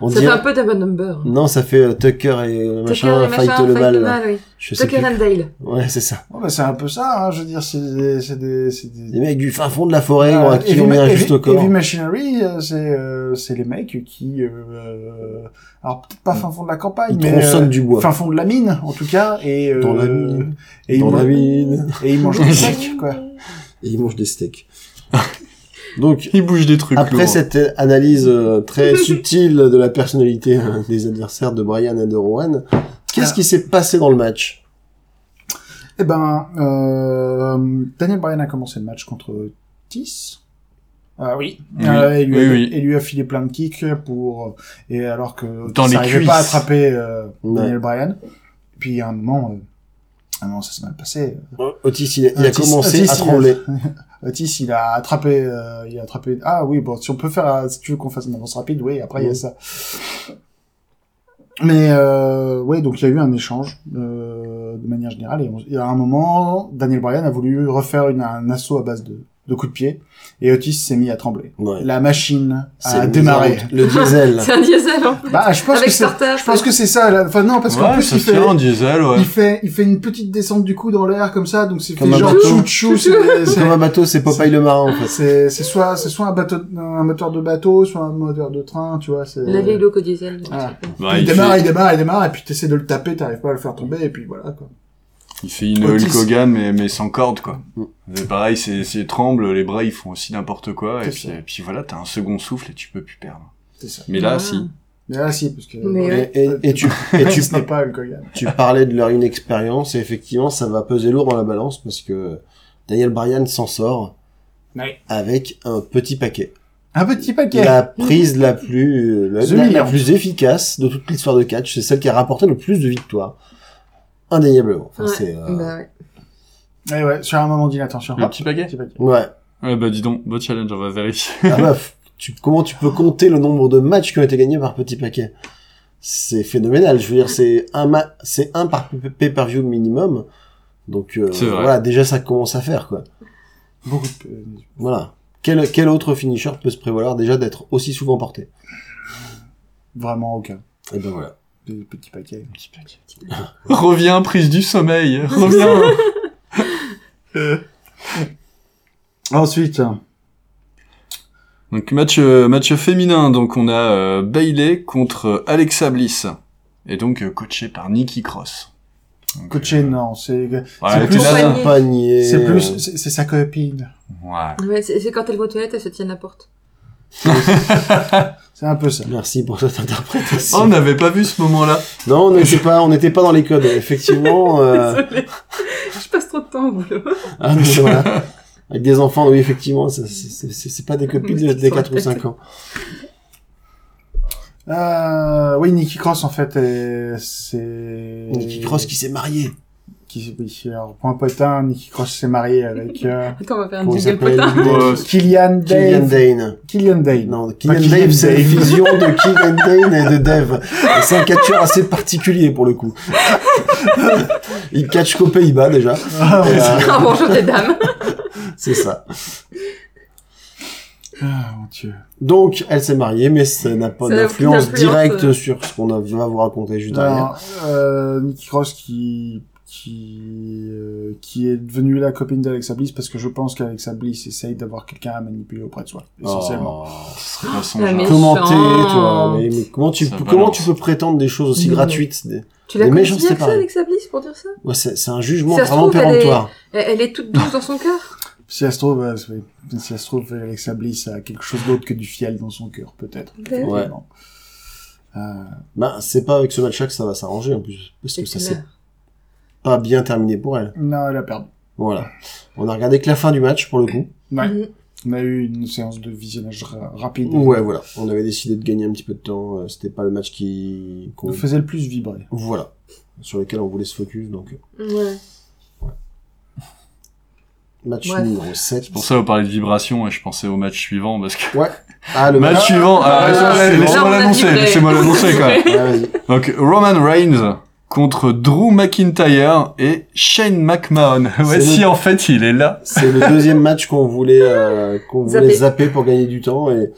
Speaker 5: On
Speaker 6: ça
Speaker 5: dirait-
Speaker 6: fait un peu Dumb and Number.
Speaker 5: Non, ça fait euh, Tucker et euh,
Speaker 6: Tucker
Speaker 5: machin,
Speaker 6: et
Speaker 5: fight,
Speaker 6: machin,
Speaker 5: le
Speaker 6: fight
Speaker 5: mal.
Speaker 6: le
Speaker 5: là.
Speaker 6: mal, oui.
Speaker 5: Je sais
Speaker 6: Tucker
Speaker 5: plus.
Speaker 6: and Dale.
Speaker 5: Ouais, c'est ça.
Speaker 3: ouais, ben, c'est un peu ça, hein, je veux dire, c'est des, c'est des, c'est des-
Speaker 5: Les mecs du fin fond de la forêt
Speaker 3: Euh,
Speaker 5: on qui
Speaker 3: Heavy
Speaker 5: ont mis
Speaker 3: Ma-
Speaker 5: un juste
Speaker 3: Heavy-
Speaker 5: au corps.
Speaker 3: Heavy Machinery, euh, c'est euh, c'est les mecs qui, euh, euh, alors peut-être pas fin fond de la campagne,
Speaker 5: Mm. Ils
Speaker 3: mais euh,
Speaker 5: tronçonnent du bois.
Speaker 3: fin fond de la mine en tout cas, et euh,
Speaker 5: Dans la mine.
Speaker 3: et,
Speaker 5: Dans
Speaker 3: ils,
Speaker 5: la
Speaker 3: mangent-
Speaker 5: mine.
Speaker 3: et ils mangent
Speaker 5: [laughs]
Speaker 3: des steaks quoi.
Speaker 5: Et ils mangent des steaks. [laughs] Donc,
Speaker 4: Ils bougent des trucs.
Speaker 5: après
Speaker 4: lourds.
Speaker 5: cette analyse euh, très subtile de la personnalité euh, des adversaires de Brian et de Rowan,
Speaker 3: Ah.
Speaker 5: qu'est-ce qui s'est passé dans le match
Speaker 3: Eh ben, euh, Daniel Bryan a commencé le match contre Tis. Ah oui.
Speaker 4: Oui.
Speaker 3: Euh, et, lui a,
Speaker 4: Oui, oui.
Speaker 3: et lui a filé plein de kicks pour et alors que
Speaker 4: Dans
Speaker 3: Otis
Speaker 4: les
Speaker 3: n'arrivait pas à
Speaker 4: cuisses.
Speaker 3: attraper euh,
Speaker 5: Ouais.
Speaker 3: Daniel Bryan. Puis à un moment, euh, à un moment ça s'est mal passé.
Speaker 5: Otis, il a, il a
Speaker 3: Otis-
Speaker 5: commencé
Speaker 3: Otis, il
Speaker 5: à
Speaker 3: a-
Speaker 5: trembler.
Speaker 3: Otis, il a attrapé, euh, il a attrapé. Ah oui, bon, si on peut faire, euh, si tu veux qu'on fasse une avance rapide, oui. Après, il y a
Speaker 5: Oui.
Speaker 3: ça. Mais euh, ouais, donc il y a eu un échange euh, de manière générale. Et, on- et à un moment, Daniel Bryan a voulu refaire une, un assaut à base de, de coups de pied, et Otis s'est mis à trembler.
Speaker 5: Ouais.
Speaker 3: La machine
Speaker 5: C'est
Speaker 3: a
Speaker 5: le
Speaker 3: démarré.
Speaker 5: diesel. Le
Speaker 3: [laughs]
Speaker 5: diesel.
Speaker 6: C'est un diesel, hein.
Speaker 3: Bah, je pense
Speaker 6: Avec
Speaker 3: que c'est,
Speaker 6: starter.
Speaker 3: je pense que c'est ça. là. Enfin non, parce qu'en
Speaker 4: Ouais,
Speaker 3: plus
Speaker 4: ça
Speaker 3: il
Speaker 4: se
Speaker 3: fait,
Speaker 4: tient en diesel, ouais.
Speaker 3: il fait, il fait une petite descente du coup dans l'air comme ça, donc c'est
Speaker 5: Comme
Speaker 3: fait
Speaker 5: un
Speaker 3: genre
Speaker 5: bateau.
Speaker 3: chou-chou. c'est- c'est-
Speaker 5: Comme un bateau, c'est Popeye le marin, en fait.
Speaker 3: C'est c'est soit c'est soit un bateau un moteur de bateau, soit un moteur de train, tu vois, c'est
Speaker 6: La vieille loco diesel.
Speaker 3: Ah.
Speaker 4: Bah,
Speaker 3: il,
Speaker 4: il,
Speaker 3: démarre,
Speaker 4: fait,
Speaker 3: il démarre, il démarre, et puis t'essaies de le taper, t'arrives pas à le faire tomber, et puis voilà quoi.
Speaker 4: il fait une
Speaker 3: Otis.
Speaker 4: Hulk Hogan, mais, mais sans corde, quoi.
Speaker 5: Mm.
Speaker 4: C'est pareil, c'est c'est tremble, les bras ils font aussi n'importe quoi, et
Speaker 3: C'est
Speaker 4: puis,
Speaker 3: ça.
Speaker 4: et puis voilà, t'as un second souffle et tu peux plus perdre.
Speaker 3: C'est ça.
Speaker 4: Mais là,
Speaker 6: Ah.
Speaker 4: si.
Speaker 3: Mais là si, parce que
Speaker 6: Mais ouais.
Speaker 5: Et, et- et tu, et tu,
Speaker 3: ce n'est pas Hulk Hogan.
Speaker 5: tu parlais de leur inexpérience et effectivement ça va peser lourd dans la balance parce que Daniel Bryan s'en sort
Speaker 3: Ouais.
Speaker 5: avec un petit paquet.
Speaker 3: Un petit paquet.
Speaker 5: La prise la plus la,
Speaker 3: The
Speaker 5: la- la
Speaker 3: Million.
Speaker 5: plus efficace de toute l'histoire de catch, c'est celle qui a rapporté le plus de victoires. Indéniablement. Enfin,
Speaker 6: Ouais.
Speaker 5: c'est, euh,
Speaker 6: Bah ouais.
Speaker 3: Ouais Eh ouais, sur un moment d'inattention.
Speaker 4: Le petit paquet
Speaker 3: Petit paquet.
Speaker 5: ouais.
Speaker 4: Ouais, bah dis donc, beau challenge, on va vérifier.
Speaker 5: Ah bah, f- tu, comment tu peux compter le nombre de matchs qui ont été gagnés par petit paquet C'est phénoménal. Je veux dire, c'est un ma- c'est un par p- pay-per-view minimum. Donc euh,
Speaker 4: C'est vrai.
Speaker 5: voilà, déjà ça commence à faire quoi.
Speaker 3: Beaucoup de... euh,
Speaker 5: Voilà. Quel, quel autre finisher peut se prévaloir déjà d'être aussi souvent porté
Speaker 3: Vraiment aucun.
Speaker 5: Et ben voilà.
Speaker 3: Des petits paquets. Petit paquet.
Speaker 4: [laughs] Reviens, prise du sommeil, reviens. [laughs]
Speaker 3: Ensuite, hein,
Speaker 4: donc match, euh, match féminin, donc on a euh, Bailey contre euh, Alexa Bliss, et donc euh, coaché par Nikki Cross. Donc,
Speaker 3: coaché
Speaker 4: euh,
Speaker 3: non, c'est
Speaker 4: ouais,
Speaker 3: c'est
Speaker 4: elle était
Speaker 3: plus-
Speaker 4: là, là.
Speaker 6: Panier.
Speaker 5: Panier.
Speaker 3: c'est
Speaker 5: euh,
Speaker 3: plus c'est c'est sa copine.
Speaker 4: Ouais.
Speaker 6: Ouais, c'est c'est quand elle va aux toilettes, elle se tient à la porte.
Speaker 3: C'est un peu ça.
Speaker 5: Merci pour cette interprétation.
Speaker 4: Oh, on n'avait pas vu ce moment-là.
Speaker 5: Non, on n'était pas, on n'était pas dans les codes. Effectivement, euh,
Speaker 6: Désolée. Ah, je passe trop de temps euh, au boulot.
Speaker 5: ah, mais voilà. avec des enfants, oui, effectivement, ça, c'est- c'est c'est- c'est pas des copines
Speaker 6: Oui,
Speaker 5: de- des
Speaker 6: faut
Speaker 5: 4 ou
Speaker 6: répéter.
Speaker 5: 5 ans.
Speaker 3: Euh, oui, Nikki Cross, en fait, est- c'est...
Speaker 5: Nikki Cross qui s'est mariée.
Speaker 3: Qui, oui, alors, point potin, Nikki Cross s'est mariée avec euh,
Speaker 6: Attends, on va faire un
Speaker 5: Comment il
Speaker 6: jingle
Speaker 5: s'appelle
Speaker 6: potin.
Speaker 4: Ouais,
Speaker 3: Killian
Speaker 5: Killian
Speaker 3: Dave.
Speaker 5: Dane.
Speaker 3: Killian Dave.
Speaker 5: Non, Killian
Speaker 3: Killian
Speaker 5: Dave, c'est
Speaker 3: Dane.
Speaker 5: une vision de Killian Dane et de Dev. Et C'est un catcheur assez particulier pour le coup. Il catch qu'aux Pays-Bas déjà.
Speaker 3: Ah,
Speaker 5: Et, euh,
Speaker 6: [laughs] Ah, bonjour, tes dames.
Speaker 5: c'est ça.
Speaker 3: Ah, mon dieu.
Speaker 5: Donc, elle s'est mariée, mais ça n'a pas
Speaker 6: Ça n'a
Speaker 5: d'influence
Speaker 6: aucune influence,
Speaker 5: directe
Speaker 6: euh.
Speaker 5: sur ce qu'on a- va vous raconter juste derrière.
Speaker 3: Alors, euh, Nikki Cross qui qui euh, qui est devenue la copine d'Alexa Bliss parce que je pense qu'Alexa Bliss essaye d'avoir quelqu'un à manipuler auprès de soi essentiellement.
Speaker 4: Oh, ce serait hein. pas son
Speaker 6: La
Speaker 4: genre.
Speaker 6: méchante.
Speaker 5: Commenter, toi. Mais, mais comment tu
Speaker 4: Ça
Speaker 5: peux,
Speaker 4: balance.
Speaker 5: comment tu peux prétendre des choses aussi
Speaker 6: Non.
Speaker 5: gratuites des-
Speaker 6: Tu la
Speaker 5: Les
Speaker 6: connais
Speaker 5: méchants,
Speaker 6: bien
Speaker 5: c'est
Speaker 6: que ça,
Speaker 5: pareil.
Speaker 6: Alexa Bliss, pour dire ça
Speaker 5: Ouais, c'est c'est un jugement
Speaker 6: Ça se
Speaker 5: vraiment
Speaker 6: trouve, elle est-
Speaker 5: péremptoire.
Speaker 6: elle, elle est toute
Speaker 5: Ah.
Speaker 6: douce dans son cœur.
Speaker 3: Si elle se trouve, euh, oui. si elle se trouve, Alexa Bliss a quelque chose d'autre que du fiel dans son cœur peut-être.
Speaker 6: Ouais.
Speaker 3: Effectivement. Euh,
Speaker 5: Bah, c'est pas avec ce match-là que ça va s'arranger en plus, parce que
Speaker 6: Et
Speaker 5: ça
Speaker 6: puis
Speaker 5: s'est
Speaker 6: là,
Speaker 5: pas bien terminé pour elle.
Speaker 3: non, elle a perdu.
Speaker 5: Voilà. On a regardé que la fin du match pour le coup.
Speaker 3: Ouais.
Speaker 6: Mhm.
Speaker 3: On a eu une séance de visionnage ra- rapide.
Speaker 5: Ouais, voilà. On avait décidé de gagner un petit peu de temps. euh, C'était pas le match qui. qu'on-
Speaker 3: Nous faisait le plus vibrer.
Speaker 5: Voilà. Sur lequel on voulait se focus. Donc,
Speaker 6: Mhm. Ouais.
Speaker 5: match
Speaker 6: Bref.
Speaker 5: numéro 7.
Speaker 4: Pour ça, on parlait de vibration et je pensais au match suivant parce que.
Speaker 5: Ouais. Ah, le
Speaker 4: Match
Speaker 5: match.
Speaker 4: suivant, ah,
Speaker 3: Ah,
Speaker 4: ouais,
Speaker 3: là,
Speaker 4: ça,
Speaker 3: là,
Speaker 6: là, on
Speaker 4: laissez-moi
Speaker 6: a
Speaker 4: l'annoncer,
Speaker 6: vibré.
Speaker 4: laissez-moi l'annoncer quand
Speaker 5: [laughs]
Speaker 4: même.
Speaker 5: Ouais, vas-y.
Speaker 4: Donc Roman Reigns contre Drew McIntyre et Shane McMahon. Voici
Speaker 5: le-
Speaker 4: en fait il est là.
Speaker 5: C'est le deuxième match qu'on voulait, euh, qu'on voulait
Speaker 6: Zapper.
Speaker 5: zapper pour gagner du temps. Et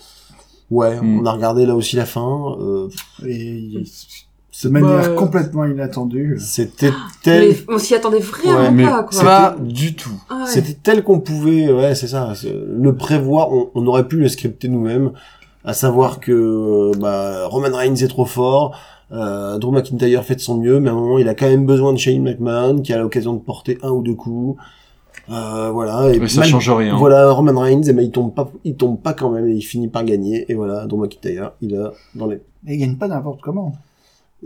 Speaker 5: ouais,
Speaker 4: Hmm.
Speaker 5: on a regardé là aussi la fin. euh,
Speaker 3: Et
Speaker 6: Hmm.
Speaker 3: il- de
Speaker 5: c'est
Speaker 3: manière
Speaker 6: Bah,
Speaker 5: pas-
Speaker 3: complètement
Speaker 5: Ah.
Speaker 3: inattendue.
Speaker 5: C'était tel.
Speaker 6: Mais on s'y attendait vraiment
Speaker 5: Ouais,
Speaker 6: pas, quoi.
Speaker 4: pas du tout.
Speaker 6: Ah ouais.
Speaker 5: C'était tel qu'on pouvait, ouais, c'est ça, c'est- le prévoir, on, on aurait pu le scripter nous-mêmes, à savoir que euh, bah, Roman Reigns est trop fort, euh, Drew McIntyre fait de son mieux, mais à un moment, il a quand même besoin de Shane McMahon, qui a l'occasion de porter un ou deux coups, euh, voilà, et
Speaker 4: Mais ça
Speaker 5: mal-
Speaker 4: change rien.
Speaker 5: voilà, Roman Reigns, et ben, il tombe pas, il tombe pas quand même, et il finit par gagner, et voilà, Drew McIntyre, il a, dans les,
Speaker 3: Et il gagne pas n'importe comment.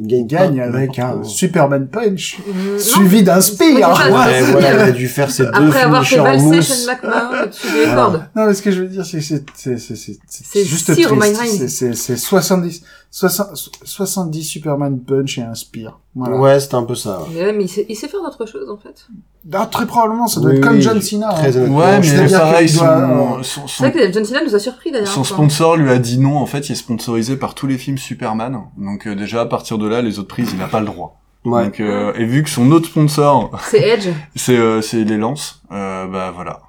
Speaker 5: il gagne,
Speaker 3: Il gagne
Speaker 5: pas hein.
Speaker 3: avec un
Speaker 5: Ah, n'importe
Speaker 3: Superman punch
Speaker 6: Mhm. Non,
Speaker 3: suivi d'un spear.
Speaker 6: Oui, Ah, c'est
Speaker 5: comment.
Speaker 6: ça.
Speaker 5: Ouais, voilà, il a dû faire ses deux
Speaker 6: Après avoir fait
Speaker 5: finishers en
Speaker 6: valser
Speaker 5: mousse. Ah.
Speaker 6: Shane McMahon au-dessus des
Speaker 5: Voilà.
Speaker 6: cordes.
Speaker 3: Non, mais ce que je veux dire, c'est c'est c'est c'est c'est c'est
Speaker 6: C'est
Speaker 3: juste
Speaker 6: si Roman
Speaker 3: triste.
Speaker 6: Reigns.
Speaker 3: C'est c'est c'est 70 60 70 Superman punch et un spear. Voilà.
Speaker 5: Ouais, c'était un peu ça. ouais.
Speaker 6: Mais ouais, mais il sait, il sait faire d'autres choses, en fait.
Speaker 3: Ah, très probablement, ça doit
Speaker 5: Oui,
Speaker 3: être comme
Speaker 5: oui,
Speaker 3: John
Speaker 5: je-
Speaker 3: Cena.
Speaker 5: très
Speaker 3: hein.
Speaker 5: honnêtement,
Speaker 4: Ouais,
Speaker 3: je sais
Speaker 4: mais
Speaker 3: bien
Speaker 4: pareil,
Speaker 3: qu'il doit-
Speaker 4: son, son, son-
Speaker 6: C'est vrai que John Cena nous a surpris, d'ailleurs.
Speaker 4: son
Speaker 6: quoi.
Speaker 4: sponsor lui a dit non. En fait, il est sponsorisé par tous les films Superman. Donc euh, déjà à partir de là, les autres prises, il n'a pas le droit.
Speaker 5: Ouais.
Speaker 4: Donc, euh, et vu que son autre sponsor, [laughs]
Speaker 6: C'est Edge.
Speaker 4: c'est euh, c'est les lances, euh, bah voilà.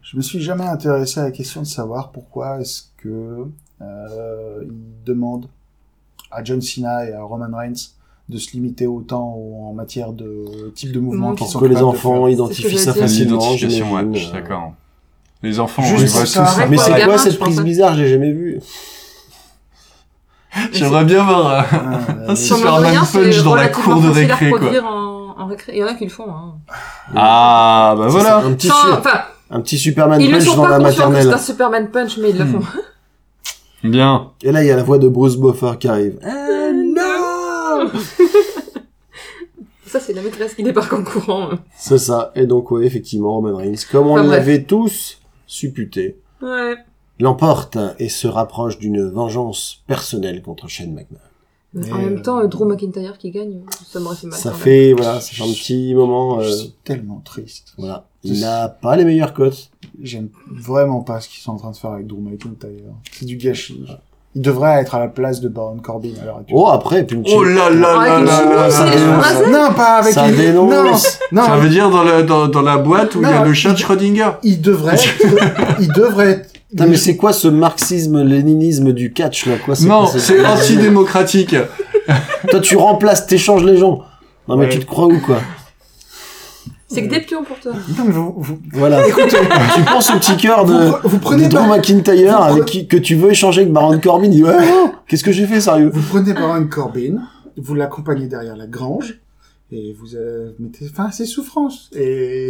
Speaker 3: Je me suis jamais intéressé à la question de savoir pourquoi est-ce que euh, il demande à John Cena et à Roman Reigns de se limiter autant au- en matière de type de mouvement
Speaker 6: Non,
Speaker 3: qu'ils
Speaker 5: pour
Speaker 3: sont
Speaker 5: que les
Speaker 3: capables de
Speaker 5: enfants
Speaker 3: faire.
Speaker 5: identifient
Speaker 6: C'est ce
Speaker 5: ça
Speaker 6: que j'allais dire.
Speaker 5: facilement.
Speaker 4: L'identification, ouais,
Speaker 5: j'imagine,
Speaker 4: je suis
Speaker 5: euh.
Speaker 4: d'accord. Les enfants,
Speaker 3: Juste
Speaker 4: on les voit
Speaker 3: pour ça,
Speaker 4: tous.
Speaker 3: ouais.
Speaker 5: Mais
Speaker 6: Ah, Pour
Speaker 5: c'est
Speaker 6: les
Speaker 5: quoi
Speaker 6: gamins,
Speaker 5: cette
Speaker 6: je
Speaker 5: prise
Speaker 6: pense.
Speaker 5: bizarre J'ai jamais vu.
Speaker 4: J'aimerais bien voir. euh,
Speaker 3: Euh,
Speaker 4: Un
Speaker 3: euh,
Speaker 6: Sur
Speaker 4: Superman
Speaker 6: Mandalorian,
Speaker 4: Punch
Speaker 6: c'est
Speaker 4: dans la
Speaker 6: relativement
Speaker 4: cour de
Speaker 6: facile à
Speaker 4: récré, quoi.
Speaker 6: reproduire En, en récré. Il y en a qui le font. Hein.
Speaker 4: Ah, bah
Speaker 5: Ça,
Speaker 4: voilà.
Speaker 5: c'est Un petit,
Speaker 6: Sans-
Speaker 5: su-
Speaker 6: enfin,
Speaker 5: un petit Superman
Speaker 6: ils le
Speaker 5: punch
Speaker 6: sont
Speaker 5: dans
Speaker 6: pas
Speaker 5: la
Speaker 6: conscients que c'est un
Speaker 5: maternelle.
Speaker 6: Superman punch, mais ils le font.
Speaker 4: Hmm. Bien.
Speaker 5: Et là, il y a la voix de Bruce Buffer qui arrive.
Speaker 6: Eh
Speaker 5: Ah, non
Speaker 6: Ça, c'est la maîtresse qui débarque en courant. hein.
Speaker 5: C'est ça. Et donc, ouais, effectivement, Roman Reigns, comme on
Speaker 6: Enfin, bref.
Speaker 5: l'avait tous supputé,
Speaker 6: Ouais.
Speaker 5: l'emporte et se rapproche d'une vengeance personnelle contre Shane McMahon.
Speaker 6: En
Speaker 3: Et,
Speaker 6: même temps,
Speaker 3: euh,
Speaker 6: Drew McIntyre qui gagne, ça m'aurait fait mal.
Speaker 5: Ça
Speaker 6: Bah, quand même.
Speaker 5: fait, voilà, ça fait un petit moment.
Speaker 3: je
Speaker 5: euh,
Speaker 3: suis tellement triste.
Speaker 5: voilà. Il n'a pas les meilleures cotes.
Speaker 3: J'aime vraiment pas ce qu'ils sont en train de faire avec Drew McIntyre. C'est du gâchis. Il devrait être à la place de Baron Corbin à l'heure actuelle.
Speaker 5: Oh, après, puis une
Speaker 4: Oh là là
Speaker 6: Ah,
Speaker 4: là
Speaker 6: avec
Speaker 4: là
Speaker 6: une
Speaker 4: là
Speaker 6: chemise,
Speaker 4: là
Speaker 6: les cheveux
Speaker 4: là.
Speaker 6: rasés.
Speaker 3: Non, pas avec
Speaker 5: Ça
Speaker 3: les...
Speaker 5: dénonce.
Speaker 3: Non,
Speaker 4: Ça
Speaker 3: non.
Speaker 4: veut dire dans, le, dans, dans la boîte où il y a
Speaker 3: Non.
Speaker 4: le chat de Schrödinger
Speaker 3: Il devrait, être-
Speaker 5: [laughs]
Speaker 3: il devrait être...
Speaker 5: Putain, mais c'est quoi ce marxisme-léninisme du catch, là quoi, c'est
Speaker 4: Non,
Speaker 5: quoi,
Speaker 4: c'est antidémocratique.
Speaker 5: Toi, tu remplaces, t'échanges les gens. Non, mais
Speaker 3: Ouais.
Speaker 5: tu te crois où, quoi
Speaker 6: C'est que
Speaker 4: euh,
Speaker 6: des pions pour toi.
Speaker 3: Non, mais vous, vous, [laughs]
Speaker 5: Voilà. tu penses au petit cœur
Speaker 3: euh, vous,
Speaker 5: de,
Speaker 3: pre- vous
Speaker 5: de
Speaker 3: prenez
Speaker 5: Drew
Speaker 3: Baron-
Speaker 5: McIntyre
Speaker 3: vous
Speaker 5: avec
Speaker 3: pre-
Speaker 5: qui, que tu veux échanger avec Baron Corbin. Il dit, ouais, non, qu'est-ce que j'ai fait, sérieux
Speaker 3: vous prenez Baron Corbin, vous l'accompagnez derrière la grange, et vous euh, mettez fin à ses souffrances. Et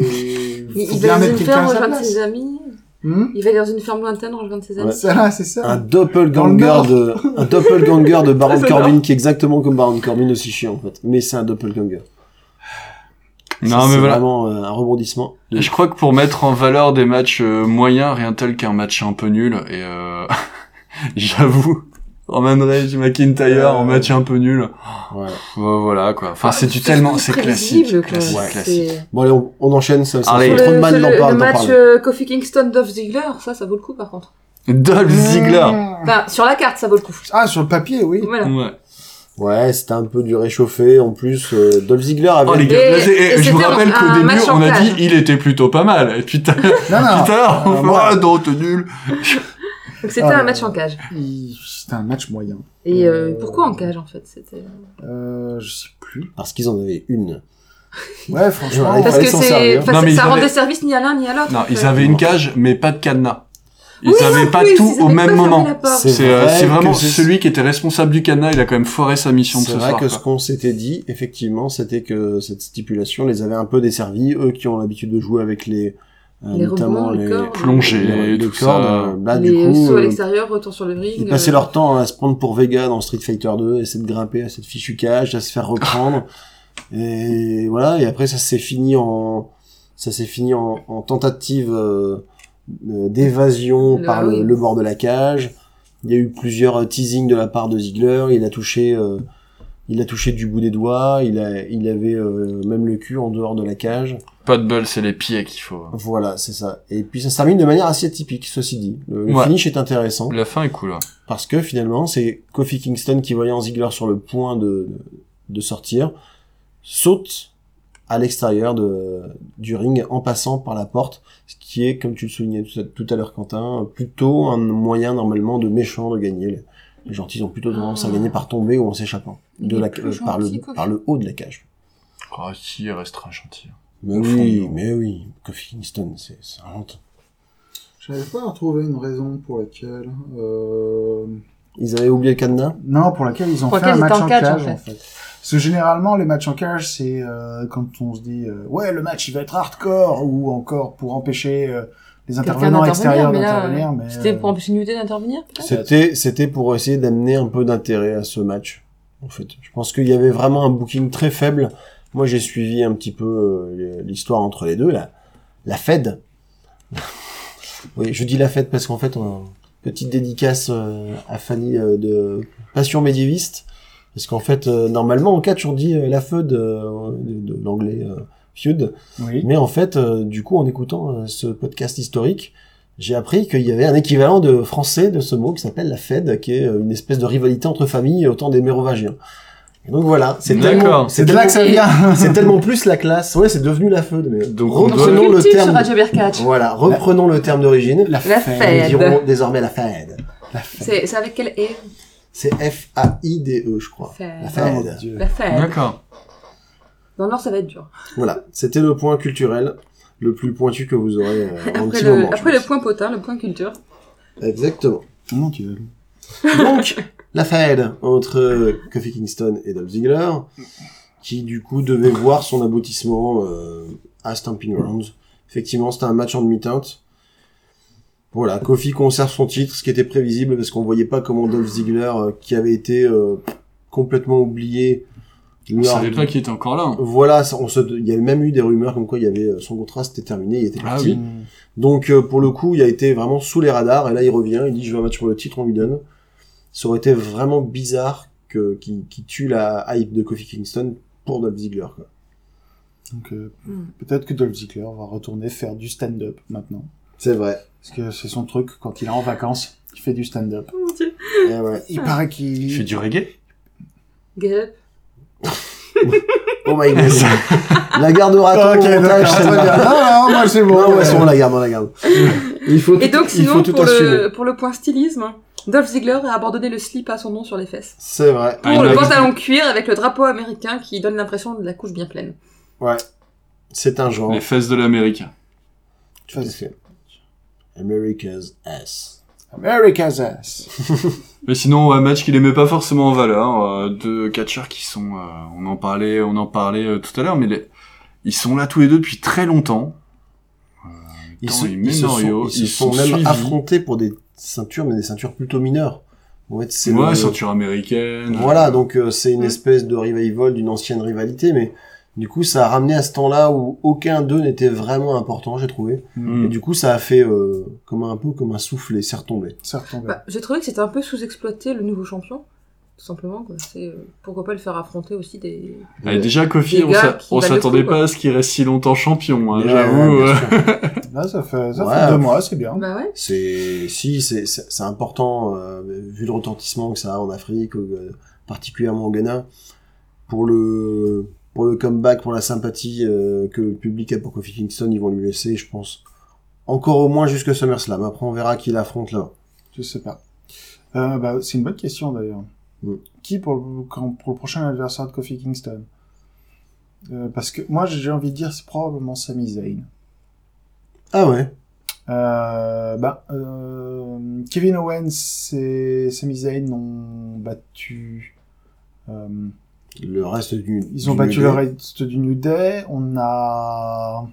Speaker 6: Il
Speaker 3: faut
Speaker 6: [laughs] il
Speaker 3: bien
Speaker 6: va
Speaker 3: mettre
Speaker 6: me
Speaker 3: quelqu'un
Speaker 6: faire
Speaker 3: à sa
Speaker 6: rejoindre
Speaker 3: place.
Speaker 6: ses amis.
Speaker 3: Hmm
Speaker 6: Il va dans une ferme lointaine rejoindre ses amis.
Speaker 5: Ouais.
Speaker 3: ça, c'est ça.
Speaker 5: Un doppelganger
Speaker 3: Dans le Nord.
Speaker 5: de,
Speaker 3: [laughs]
Speaker 5: un doppelganger de Baron
Speaker 6: Ça, c'est
Speaker 5: Corbin qui est exactement comme Baron Corbin aussi chiant en fait. Mais c'est un doppelganger. Ça,
Speaker 4: Non, mais
Speaker 5: c'est
Speaker 4: voilà.
Speaker 5: vraiment euh, un rebondissement. de-
Speaker 4: Je crois que pour mettre en valeur des matchs euh, moyens, rien de tel qu'un match un peu nul, et euh, [laughs] j'avoue, Roman Reigns, McIntyre, en match un peu nul,
Speaker 5: Euh, Ouais.
Speaker 4: pff, euh, voilà quoi. Enfin, c'est du
Speaker 6: Ah, C'est
Speaker 4: tellement,
Speaker 6: tout
Speaker 4: c'est classique,
Speaker 6: prévisible, quoi.
Speaker 4: classique,
Speaker 6: C'est-
Speaker 4: classique.
Speaker 5: Bon allez, on, on enchaîne, ça, ça
Speaker 4: Allez.
Speaker 5: fait
Speaker 6: Sur
Speaker 5: trop de
Speaker 6: le,
Speaker 5: mal
Speaker 6: sur
Speaker 5: d'en
Speaker 6: le-
Speaker 5: parler.
Speaker 6: le
Speaker 5: d'en
Speaker 6: match
Speaker 5: parler.
Speaker 6: euh, Kofi Kingston Dolph Ziggler, ça, ça vaut le coup par contre. Mmh.
Speaker 4: Dolph Ziggler.
Speaker 6: Enfin, sur la carte, ça vaut le coup.
Speaker 3: Ah, sur le papier, oui.
Speaker 5: [laughs]
Speaker 6: Voilà.
Speaker 4: Ouais.
Speaker 5: Ouais, c'était un peu du réchauffé. En plus, euh, Dolph Ziggler avait...
Speaker 4: Oh les gars,
Speaker 6: Et-
Speaker 4: là, c'est-
Speaker 6: et
Speaker 4: je vous
Speaker 6: c'était
Speaker 4: rappelle
Speaker 6: un-
Speaker 4: qu'au
Speaker 6: un
Speaker 4: début
Speaker 6: match en
Speaker 4: on a
Speaker 6: plage.
Speaker 4: dit il était plutôt pas mal, et
Speaker 6: [laughs]
Speaker 4: putain,
Speaker 3: Non, non.
Speaker 4: putain, on
Speaker 3: euh,
Speaker 4: fait,
Speaker 3: moi-
Speaker 4: ah, non, t'es nul.
Speaker 6: Donc c'était
Speaker 3: Ah,
Speaker 6: un match en cage.
Speaker 3: Il- C'était un match moyen.
Speaker 6: Et euh,
Speaker 3: Euh,
Speaker 6: pourquoi en cage en fait C'était
Speaker 5: Bah,
Speaker 3: Euh, je sais plus.
Speaker 5: Parce qu'ils en avaient une.
Speaker 3: Ouais, franchement.
Speaker 5: Ouais,
Speaker 6: parce
Speaker 5: fallait
Speaker 6: que
Speaker 5: s'en
Speaker 6: c'est
Speaker 5: servir.
Speaker 6: enfin,
Speaker 4: Non, mais
Speaker 6: c'est-
Speaker 4: ils
Speaker 6: ça
Speaker 4: avaient-
Speaker 6: rendait service ni à l'un ni à l'autre.
Speaker 4: Non,
Speaker 6: en fait.
Speaker 4: ils avaient une cage, mais pas de cadenas. Ils
Speaker 6: Oui,
Speaker 4: avaient
Speaker 6: en
Speaker 4: pas
Speaker 6: plus,
Speaker 4: tout
Speaker 6: ils
Speaker 4: au
Speaker 6: avaient
Speaker 4: même
Speaker 6: pas fermé
Speaker 4: moment.
Speaker 6: la porte.
Speaker 5: C'est
Speaker 4: C'est euh,
Speaker 5: vrai
Speaker 4: c'est vraiment
Speaker 5: que c'est-
Speaker 4: celui qui était responsable du cadenas, il a quand même foiré sa mission de
Speaker 5: C'est
Speaker 4: ce
Speaker 5: vrai
Speaker 4: soir.
Speaker 5: que
Speaker 4: quoi.
Speaker 5: ce qu'on s'était dit, effectivement, c'était que cette stipulation les avait un peu desservis. Eux qui ont l'habitude de jouer avec les, euh,
Speaker 6: Les
Speaker 5: notamment
Speaker 6: rebonds, les
Speaker 5: les,
Speaker 6: cordes.
Speaker 4: Plongée,
Speaker 5: les- les
Speaker 4: tout
Speaker 5: cordes.
Speaker 4: ça.
Speaker 5: euh, Là,
Speaker 6: les
Speaker 5: du coup,
Speaker 6: sauts à
Speaker 5: euh,
Speaker 6: l'extérieur, retour sur le ring.
Speaker 5: ils passaient
Speaker 6: euh,
Speaker 5: leur temps à se prendre pour Vega dans Street Fighter 2, à essayer de grimper à cette fichue cage, à se faire [laughs] reprendre. et voilà. Et après, ça s'est fini en, ça s'est fini en, en tentative euh, euh, d'évasion
Speaker 6: Le-
Speaker 5: par le,
Speaker 6: oui.
Speaker 5: le bord de la cage. Il y a eu plusieurs euh, teasings de la part de Ziggler. Il a touché, euh, il a touché du bout des doigts. Il a, il avait euh, même le cul en dehors de la cage.
Speaker 4: Pas de bol, c'est les pieds qu'il faut.
Speaker 5: Voilà, c'est ça. Et puis ça se termine de manière assez atypique, ceci dit. Le, le
Speaker 4: Ouais.
Speaker 5: finish est intéressant.
Speaker 4: La fin est cool. hein.
Speaker 5: Parce que finalement, c'est Kofi Kingston qui, voyant Ziggler sur le point de, de sortir, saute à l'extérieur de, du ring en passant par la porte, ce qui est, comme tu le soulignais tout à- tout à l'heure, Quentin, plutôt un moyen normalement de méchant de gagner. Les- Les gentils ont plutôt tendance à gagner par tomber ou en s'échappant
Speaker 6: Ah. Il
Speaker 5: de
Speaker 6: est
Speaker 5: la,
Speaker 6: plus
Speaker 5: euh, par,
Speaker 6: gentil,
Speaker 5: le,
Speaker 6: Kofi.
Speaker 5: par le haut de la cage.
Speaker 4: Oh, si, il restera gentil.
Speaker 5: Mais
Speaker 4: Au fond,
Speaker 5: oui,
Speaker 4: non.
Speaker 5: mais oui, Kofi Kingston, c'est c'est un honte.
Speaker 3: Je n'avais pas retrouvé une raison pour laquelle. euh,
Speaker 5: Ils avaient oublié le cadenas
Speaker 3: Non, pour laquelle ils ont
Speaker 6: Pour
Speaker 3: fait un
Speaker 6: laquelle
Speaker 3: match
Speaker 6: ils étaient
Speaker 3: en
Speaker 6: en
Speaker 3: cage,
Speaker 6: cage, en
Speaker 3: en fait. Parce que généralement, les matchs en cage, c'est euh, quand on se dit euh, ouais, le match il va être hardcore ou encore pour empêcher euh, les
Speaker 6: quelqu'un
Speaker 3: intervenants
Speaker 6: d'intervenir,
Speaker 3: extérieurs
Speaker 6: mais là,
Speaker 3: d'intervenir. Mais
Speaker 6: C'était
Speaker 3: euh,
Speaker 6: pour empêcher New Day d'intervenir peut-être
Speaker 5: C'était, c'était pour essayer d'amener un peu d'intérêt à ce match. En fait, je pense qu'il y avait vraiment un booking très faible. Moi, j'ai suivi un petit peu euh, l'histoire entre les deux, la, la Fed. [laughs] oui, je dis la Fed parce qu'en fait, on- petite dédicace euh, à Fanny euh, de Passion médiéviste, parce qu'en fait, euh, normalement, en catch, on dit euh, la Fed euh, de, de l'anglais euh, feud.
Speaker 3: Oui.
Speaker 5: Mais en fait, euh, du coup, en écoutant euh, ce podcast historique, j'ai appris qu'il y avait un équivalent de français de ce mot qui s'appelle la Fed, qui est euh, une espèce de rivalité entre familles au temps des Mérovingiens. Et donc voilà, c'est tellement,
Speaker 4: D'accord.
Speaker 5: c'est
Speaker 3: C'est de là que
Speaker 5: tellement-
Speaker 3: ça
Speaker 6: [laughs]
Speaker 3: vient.
Speaker 5: c'est tellement plus la classe. Ouais, c'est devenu la Fed. Mais
Speaker 4: Donc, on
Speaker 6: Donc,
Speaker 5: reprenons
Speaker 6: quel
Speaker 5: le
Speaker 6: titre sur
Speaker 5: terme.
Speaker 6: Radio Berkatch
Speaker 5: Voilà, reprenons le terme d'origine.
Speaker 3: La
Speaker 6: La
Speaker 3: fête.
Speaker 5: Nous
Speaker 6: Fed.
Speaker 5: dirons désormais la Fed.
Speaker 6: C'est c'est avec quel E
Speaker 5: C'est F-A-I-D-E, E, je crois.
Speaker 6: Fed.
Speaker 5: La
Speaker 3: Ah, mon
Speaker 5: Fed.
Speaker 3: Dieu.
Speaker 6: La Fed.
Speaker 4: D'accord.
Speaker 6: Dans le Nord, ça va être dur.
Speaker 5: Voilà, c'était le point culturel, le plus pointu que vous aurez euh, en un
Speaker 6: Après
Speaker 5: petit
Speaker 6: le,
Speaker 5: moment. je
Speaker 6: après le
Speaker 5: pense.
Speaker 6: point potin, le point culture.
Speaker 5: Exactement.
Speaker 3: Comment tu veux
Speaker 5: Donc, la Fed entre euh, Kofi Kingston et Dolph Ziggler, qui du coup devait voir son aboutissement euh, à Stamping Grounds. Effectivement, c'était un match en demi-teinte. Voilà, Kofi conserve son titre, ce qui était prévisible parce qu'on voyait pas comment Dolph Ziggler, euh, qui avait été euh, complètement oublié,
Speaker 4: On
Speaker 5: lors-
Speaker 4: savait pas qu'il était encore là. hein.
Speaker 5: voilà, ça- on se... il y avait même eu des rumeurs comme quoi il y avait euh, son contrat c'était terminé, il était
Speaker 4: Ah
Speaker 5: parti.
Speaker 4: oui.
Speaker 3: Hum.
Speaker 5: Donc euh, pour le coup, il a été vraiment sous les radars et là il revient, il dit je veux un match pour le titre, on lui donne. Ça aurait été vraiment bizarre que qui, qui tue la hype de Kofi Kingston pour Dolph Ziggler. Quoi.
Speaker 3: Donc euh,
Speaker 6: Hmm.
Speaker 3: peut-être que Dolph Ziggler va retourner faire du stand-up maintenant.
Speaker 5: C'est vrai.
Speaker 3: Parce que c'est son truc quand il est en vacances, il fait du stand-up.
Speaker 6: Oh mon dieu.
Speaker 5: Eh ouais.
Speaker 3: Il paraît qu'il
Speaker 4: Il fait du reggae
Speaker 6: Get up.
Speaker 5: Oh my god. la garde au
Speaker 3: Ah,
Speaker 5: raton
Speaker 3: ok,
Speaker 5: au montage,
Speaker 3: d'accord,
Speaker 5: c'est
Speaker 3: très bien.
Speaker 5: marrant.
Speaker 3: Non, non, moi c'est bon.
Speaker 5: Non, ouais,
Speaker 3: Euh,
Speaker 5: c'est bon, on la garde, on la garde. Il faut
Speaker 6: Et
Speaker 5: tout-
Speaker 6: donc,
Speaker 5: il
Speaker 6: sinon,
Speaker 5: faut tout
Speaker 6: pour
Speaker 5: assumer.
Speaker 6: le, pour le point stylisme, Dolph Ziggler a abandonné le slip à son nom sur les fesses.
Speaker 5: C'est vrai.
Speaker 4: Ah,
Speaker 6: Pour
Speaker 4: il
Speaker 6: Oh, le
Speaker 4: a-
Speaker 6: pantalon cuir avec le drapeau américain qui donne l'impression de la couche bien pleine.
Speaker 5: C'est un genre.
Speaker 4: Les fesses de l'américain.
Speaker 5: Tout à fait. America's ass.
Speaker 3: America's ass.
Speaker 4: Mais sinon, un match qu'il aimait pas forcément en valeur. euh, deux catcheurs qui sont, euh, on en parlait, on en parlait euh, tout à l'heure, mais les- ils sont là tous les deux depuis très longtemps. Euh, Ils
Speaker 5: Ils
Speaker 4: sont
Speaker 5: se, ils se sont,
Speaker 4: Menorio,
Speaker 5: ils se
Speaker 4: ils
Speaker 5: sont
Speaker 4: sont
Speaker 5: même
Speaker 4: suivis.
Speaker 5: affrontés pour des ceintures, mais des ceintures plutôt mineures. En fait, c'est
Speaker 4: Ouais,
Speaker 5: le-
Speaker 4: ceinture américaine.
Speaker 5: Voilà, donc euh, c'est une
Speaker 6: Mm.
Speaker 5: espèce de revival d'une ancienne rivalité, mais du coup, ça a ramené à ce temps-là où aucun d'eux n'était vraiment important, j'ai trouvé.
Speaker 4: Mm.
Speaker 5: Et du coup, ça a fait euh, comme un peu comme un soufflet, c'est retombé.
Speaker 3: C'est retombé.
Speaker 6: Bah, J'ai trouvé que c'était un peu sous-exploité le nouveau champion, tout simplement. quoi. C'est euh, pourquoi pas le faire affronter aussi des.
Speaker 4: Ah, et déjà, Kofi,
Speaker 6: Les
Speaker 4: on
Speaker 6: gars
Speaker 4: s'a-
Speaker 6: qui
Speaker 4: on
Speaker 6: valent le
Speaker 4: s'attendait
Speaker 6: coup, hein.
Speaker 4: pas
Speaker 6: quoi.
Speaker 4: à ce qu'il reste si longtemps champion, hein,
Speaker 5: Ouais,
Speaker 4: j'avoue.
Speaker 5: bien
Speaker 4: euh.
Speaker 5: sûr.
Speaker 3: Là, ça fait, ça
Speaker 5: Ouais.
Speaker 3: fait deux mois, c'est bien.
Speaker 6: Bah ouais.
Speaker 5: C'est si c'est c'est c'est important euh, vu le retentissement que ça a en Afrique, euh, particulièrement au Ghana, pour le pour le comeback, pour la sympathie euh, que le public a pour Kofi Kingston, ils vont lui laisser, je pense, encore au moins jusque SummerSlam. Après, on verra qui l'affronte là.
Speaker 3: Je sais pas. Euh, bah, c'est une bonne question d'ailleurs.
Speaker 5: Mm.
Speaker 3: Qui pour le, quand- pour le prochain adversaire de Kofi Kingston Euh, Parce que moi j'ai envie de dire c'est probablement Sami Zayn.
Speaker 5: Ah ouais.
Speaker 3: Euh, bah, euh, Kevin Owens et Sami Zayn ont battu. euh,
Speaker 5: Le reste du
Speaker 3: ils ont
Speaker 5: du
Speaker 3: battu
Speaker 5: New
Speaker 3: le
Speaker 5: Day.
Speaker 3: reste du New Day. On a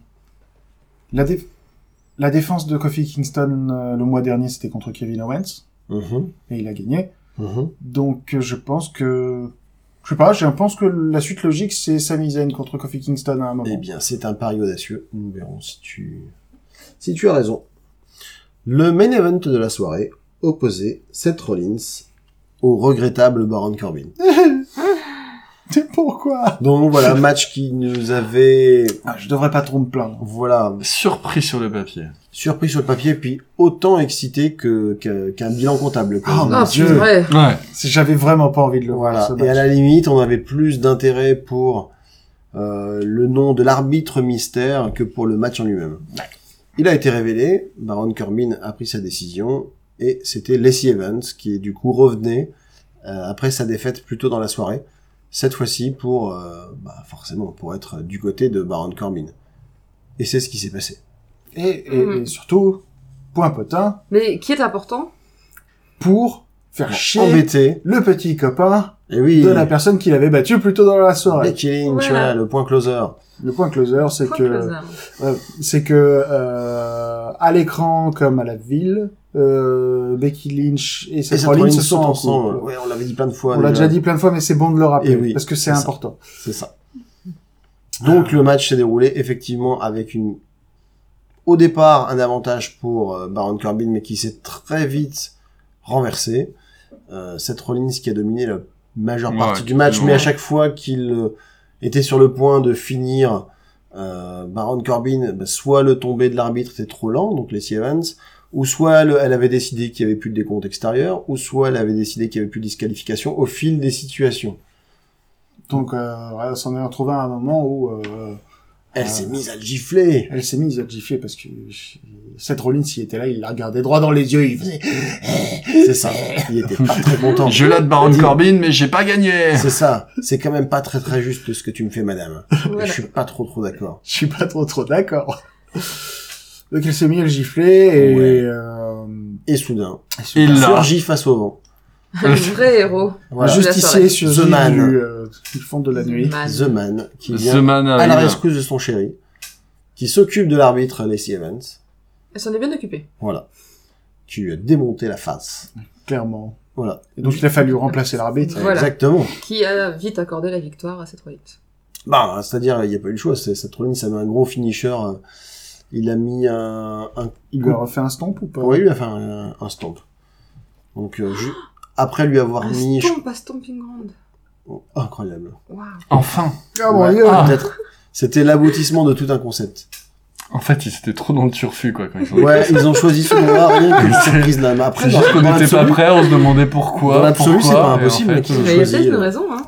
Speaker 3: la, dé- la défense de Kofi Kingston euh, le mois dernier c'était contre Kevin Owens
Speaker 5: Mhm,
Speaker 3: et il a gagné.
Speaker 5: mhm.
Speaker 3: Donc euh, je pense que je sais pas, je pense que la suite logique c'est Sami Zayn contre Kofi Kingston à un moment.
Speaker 5: Eh bien, c'est un pari audacieux. Nous verrons si tu si tu as raison. Le main event de la soirée opposait Seth Rollins au regrettable Baron Corbin.
Speaker 3: C'est [laughs] pourquoi
Speaker 5: Donc voilà, match qui nous avait,
Speaker 3: ah, Je devrais pas trop me plaindre.
Speaker 5: voilà,
Speaker 4: Surpris sur le papier.
Speaker 5: surpris sur le papier, puis autant excité que que- qu'un bilan comptable. quoi.
Speaker 3: Ah,
Speaker 6: Ah,
Speaker 3: Dieu.
Speaker 6: vrai.
Speaker 4: Ouais.
Speaker 3: C'est- J'avais vraiment pas envie de le
Speaker 5: voilà.
Speaker 3: voir. ce
Speaker 5: Et à
Speaker 3: match.
Speaker 5: la limite, on avait plus d'intérêt pour euh, le nom de l'arbitre mystère que pour le match en lui-même. Il a été révélé, Baron Corbin a pris sa décision, et c'était Lacey Evans qui du coup revenait euh, après sa défaite plus tôt dans la soirée, cette fois-ci pour euh, bah, forcément pour être du côté de Baron Corbin. Et c'est ce qui s'est passé.
Speaker 3: Et, et-
Speaker 6: Mm.
Speaker 3: et surtout, point potin,
Speaker 6: Mais qui est important
Speaker 3: pour faire chier
Speaker 5: Embêté.
Speaker 3: le petit copain
Speaker 5: Et oui.
Speaker 3: de la personne qu'il avait battu plus tôt dans la soirée.
Speaker 5: Becky Lynch,
Speaker 6: Voilà.
Speaker 5: ouais, le point closer.
Speaker 3: Le point closer, c'est
Speaker 6: Frank
Speaker 3: que
Speaker 6: Lesnar.
Speaker 3: Ouais, c'est que euh, à l'écran comme à la ville, euh, Becky Lynch et Seth Rollins se sont en
Speaker 5: ensemble.
Speaker 3: couple.
Speaker 5: Ouais, on l'avait dit plein de fois.
Speaker 3: On l'a déjà dit plein de fois, mais c'est bon de le rappeler
Speaker 5: Eh oui,
Speaker 3: parce que
Speaker 5: c'est
Speaker 3: c'est
Speaker 5: ça.
Speaker 3: important.
Speaker 5: C'est ça. Donc le match s'est déroulé effectivement avec une au départ un avantage pour euh, Baron Corbin mais qui s'est très vite renversé. Euh, Seth Rollins qui a dominé la majeure
Speaker 4: Ouais,
Speaker 5: partie du match
Speaker 4: absolument.
Speaker 5: mais à chaque fois qu'il euh, était sur le point de finir euh, Baron Corbin bah, soit le tombé de l'arbitre était trop lent donc les Evans ou soit elle, elle avait décidé qu'il y avait plus de décompte extérieur ou soit elle avait décidé qu'il y avait plus de disqualification au fil des situations.
Speaker 3: Donc, euh, ouais, on s'en est retrouvé à un moment où euh,
Speaker 5: Elle
Speaker 3: Ah.
Speaker 5: s'est mise à le gifler.
Speaker 3: elle s'est mise à le gifler parce que Seth Rollins, s'il était là, il la regardait droit dans les yeux. Il faisait...
Speaker 5: C'est ça. Il était pas très content.
Speaker 4: Je l'ai de Baron
Speaker 5: Dis-
Speaker 4: Corbin, mais j'ai pas gagné.
Speaker 5: C'est ça. C'est quand même pas très très juste ce que tu me fais, madame. [laughs]
Speaker 6: Voilà.
Speaker 5: Je suis pas trop trop d'accord.
Speaker 3: Je suis pas trop trop d'accord. [laughs] Donc, elle s'est mise à le gifler et...
Speaker 5: Ouais.
Speaker 3: euh,
Speaker 5: Et soudain,
Speaker 4: Et
Speaker 5: il
Speaker 4: là,
Speaker 5: surgit face au vent.
Speaker 6: Le vrai héros.
Speaker 5: Voilà.
Speaker 3: Juste
Speaker 6: La
Speaker 3: ici,
Speaker 6: soirée.
Speaker 3: sur
Speaker 5: The
Speaker 3: le
Speaker 5: Man.
Speaker 3: du, euh, du fond de la nuit.
Speaker 6: Man.
Speaker 5: The Man qui
Speaker 4: The
Speaker 5: vient
Speaker 4: Man
Speaker 5: à Ah, la
Speaker 4: arrive.
Speaker 5: rescousse de son chéri, qui s'occupe de l'arbitre Lacey Evans.
Speaker 6: Elle s'en est bien occupée.
Speaker 5: Voilà. Qui lui a démonté la face.
Speaker 3: Clairement.
Speaker 5: Voilà.
Speaker 3: Et donc, il a fallu remplacer l'arbitre.
Speaker 6: Voilà.
Speaker 5: Exactement.
Speaker 6: Qui a vite accordé la victoire à cette roulette.
Speaker 5: Bah, c'est-à-dire, il n'y a pas eu le choix. C'est- Cette Rollins, ça met un gros finisher. euh, Il a mis un, un
Speaker 3: Il lui a refait un stomp ou pas
Speaker 5: Oui, il lui a fait un, un stomp. Donc, euh, ju- après lui avoir
Speaker 6: Un
Speaker 5: mis... je-
Speaker 6: stomp à Stomping Ground.
Speaker 5: Oh, incroyable.
Speaker 6: Waouh.
Speaker 4: Enfin.
Speaker 3: Ah, mon
Speaker 5: Ouais,
Speaker 3: Dieu.
Speaker 5: peut-être. C'était l'aboutissement de tout un concept.
Speaker 4: En fait, ils étaient trop dans le turfu, quoi, quand ils sont
Speaker 5: Ouais, ils ont choisi ce nom-là, rien que
Speaker 4: C'est-
Speaker 5: surprise là. Mais après,
Speaker 4: C'est juste qu'on n'était pas
Speaker 5: l'absolu-
Speaker 4: prêts, on se demandait pourquoi.
Speaker 5: Dans l'absolu,
Speaker 4: pourquoi,
Speaker 5: c'est pas
Speaker 4: et en
Speaker 5: impossible,
Speaker 4: fait,
Speaker 5: mais qui-
Speaker 4: euh,
Speaker 6: Mais il y a
Speaker 5: choisi,
Speaker 6: peut-être une
Speaker 5: euh,
Speaker 6: raison, hein.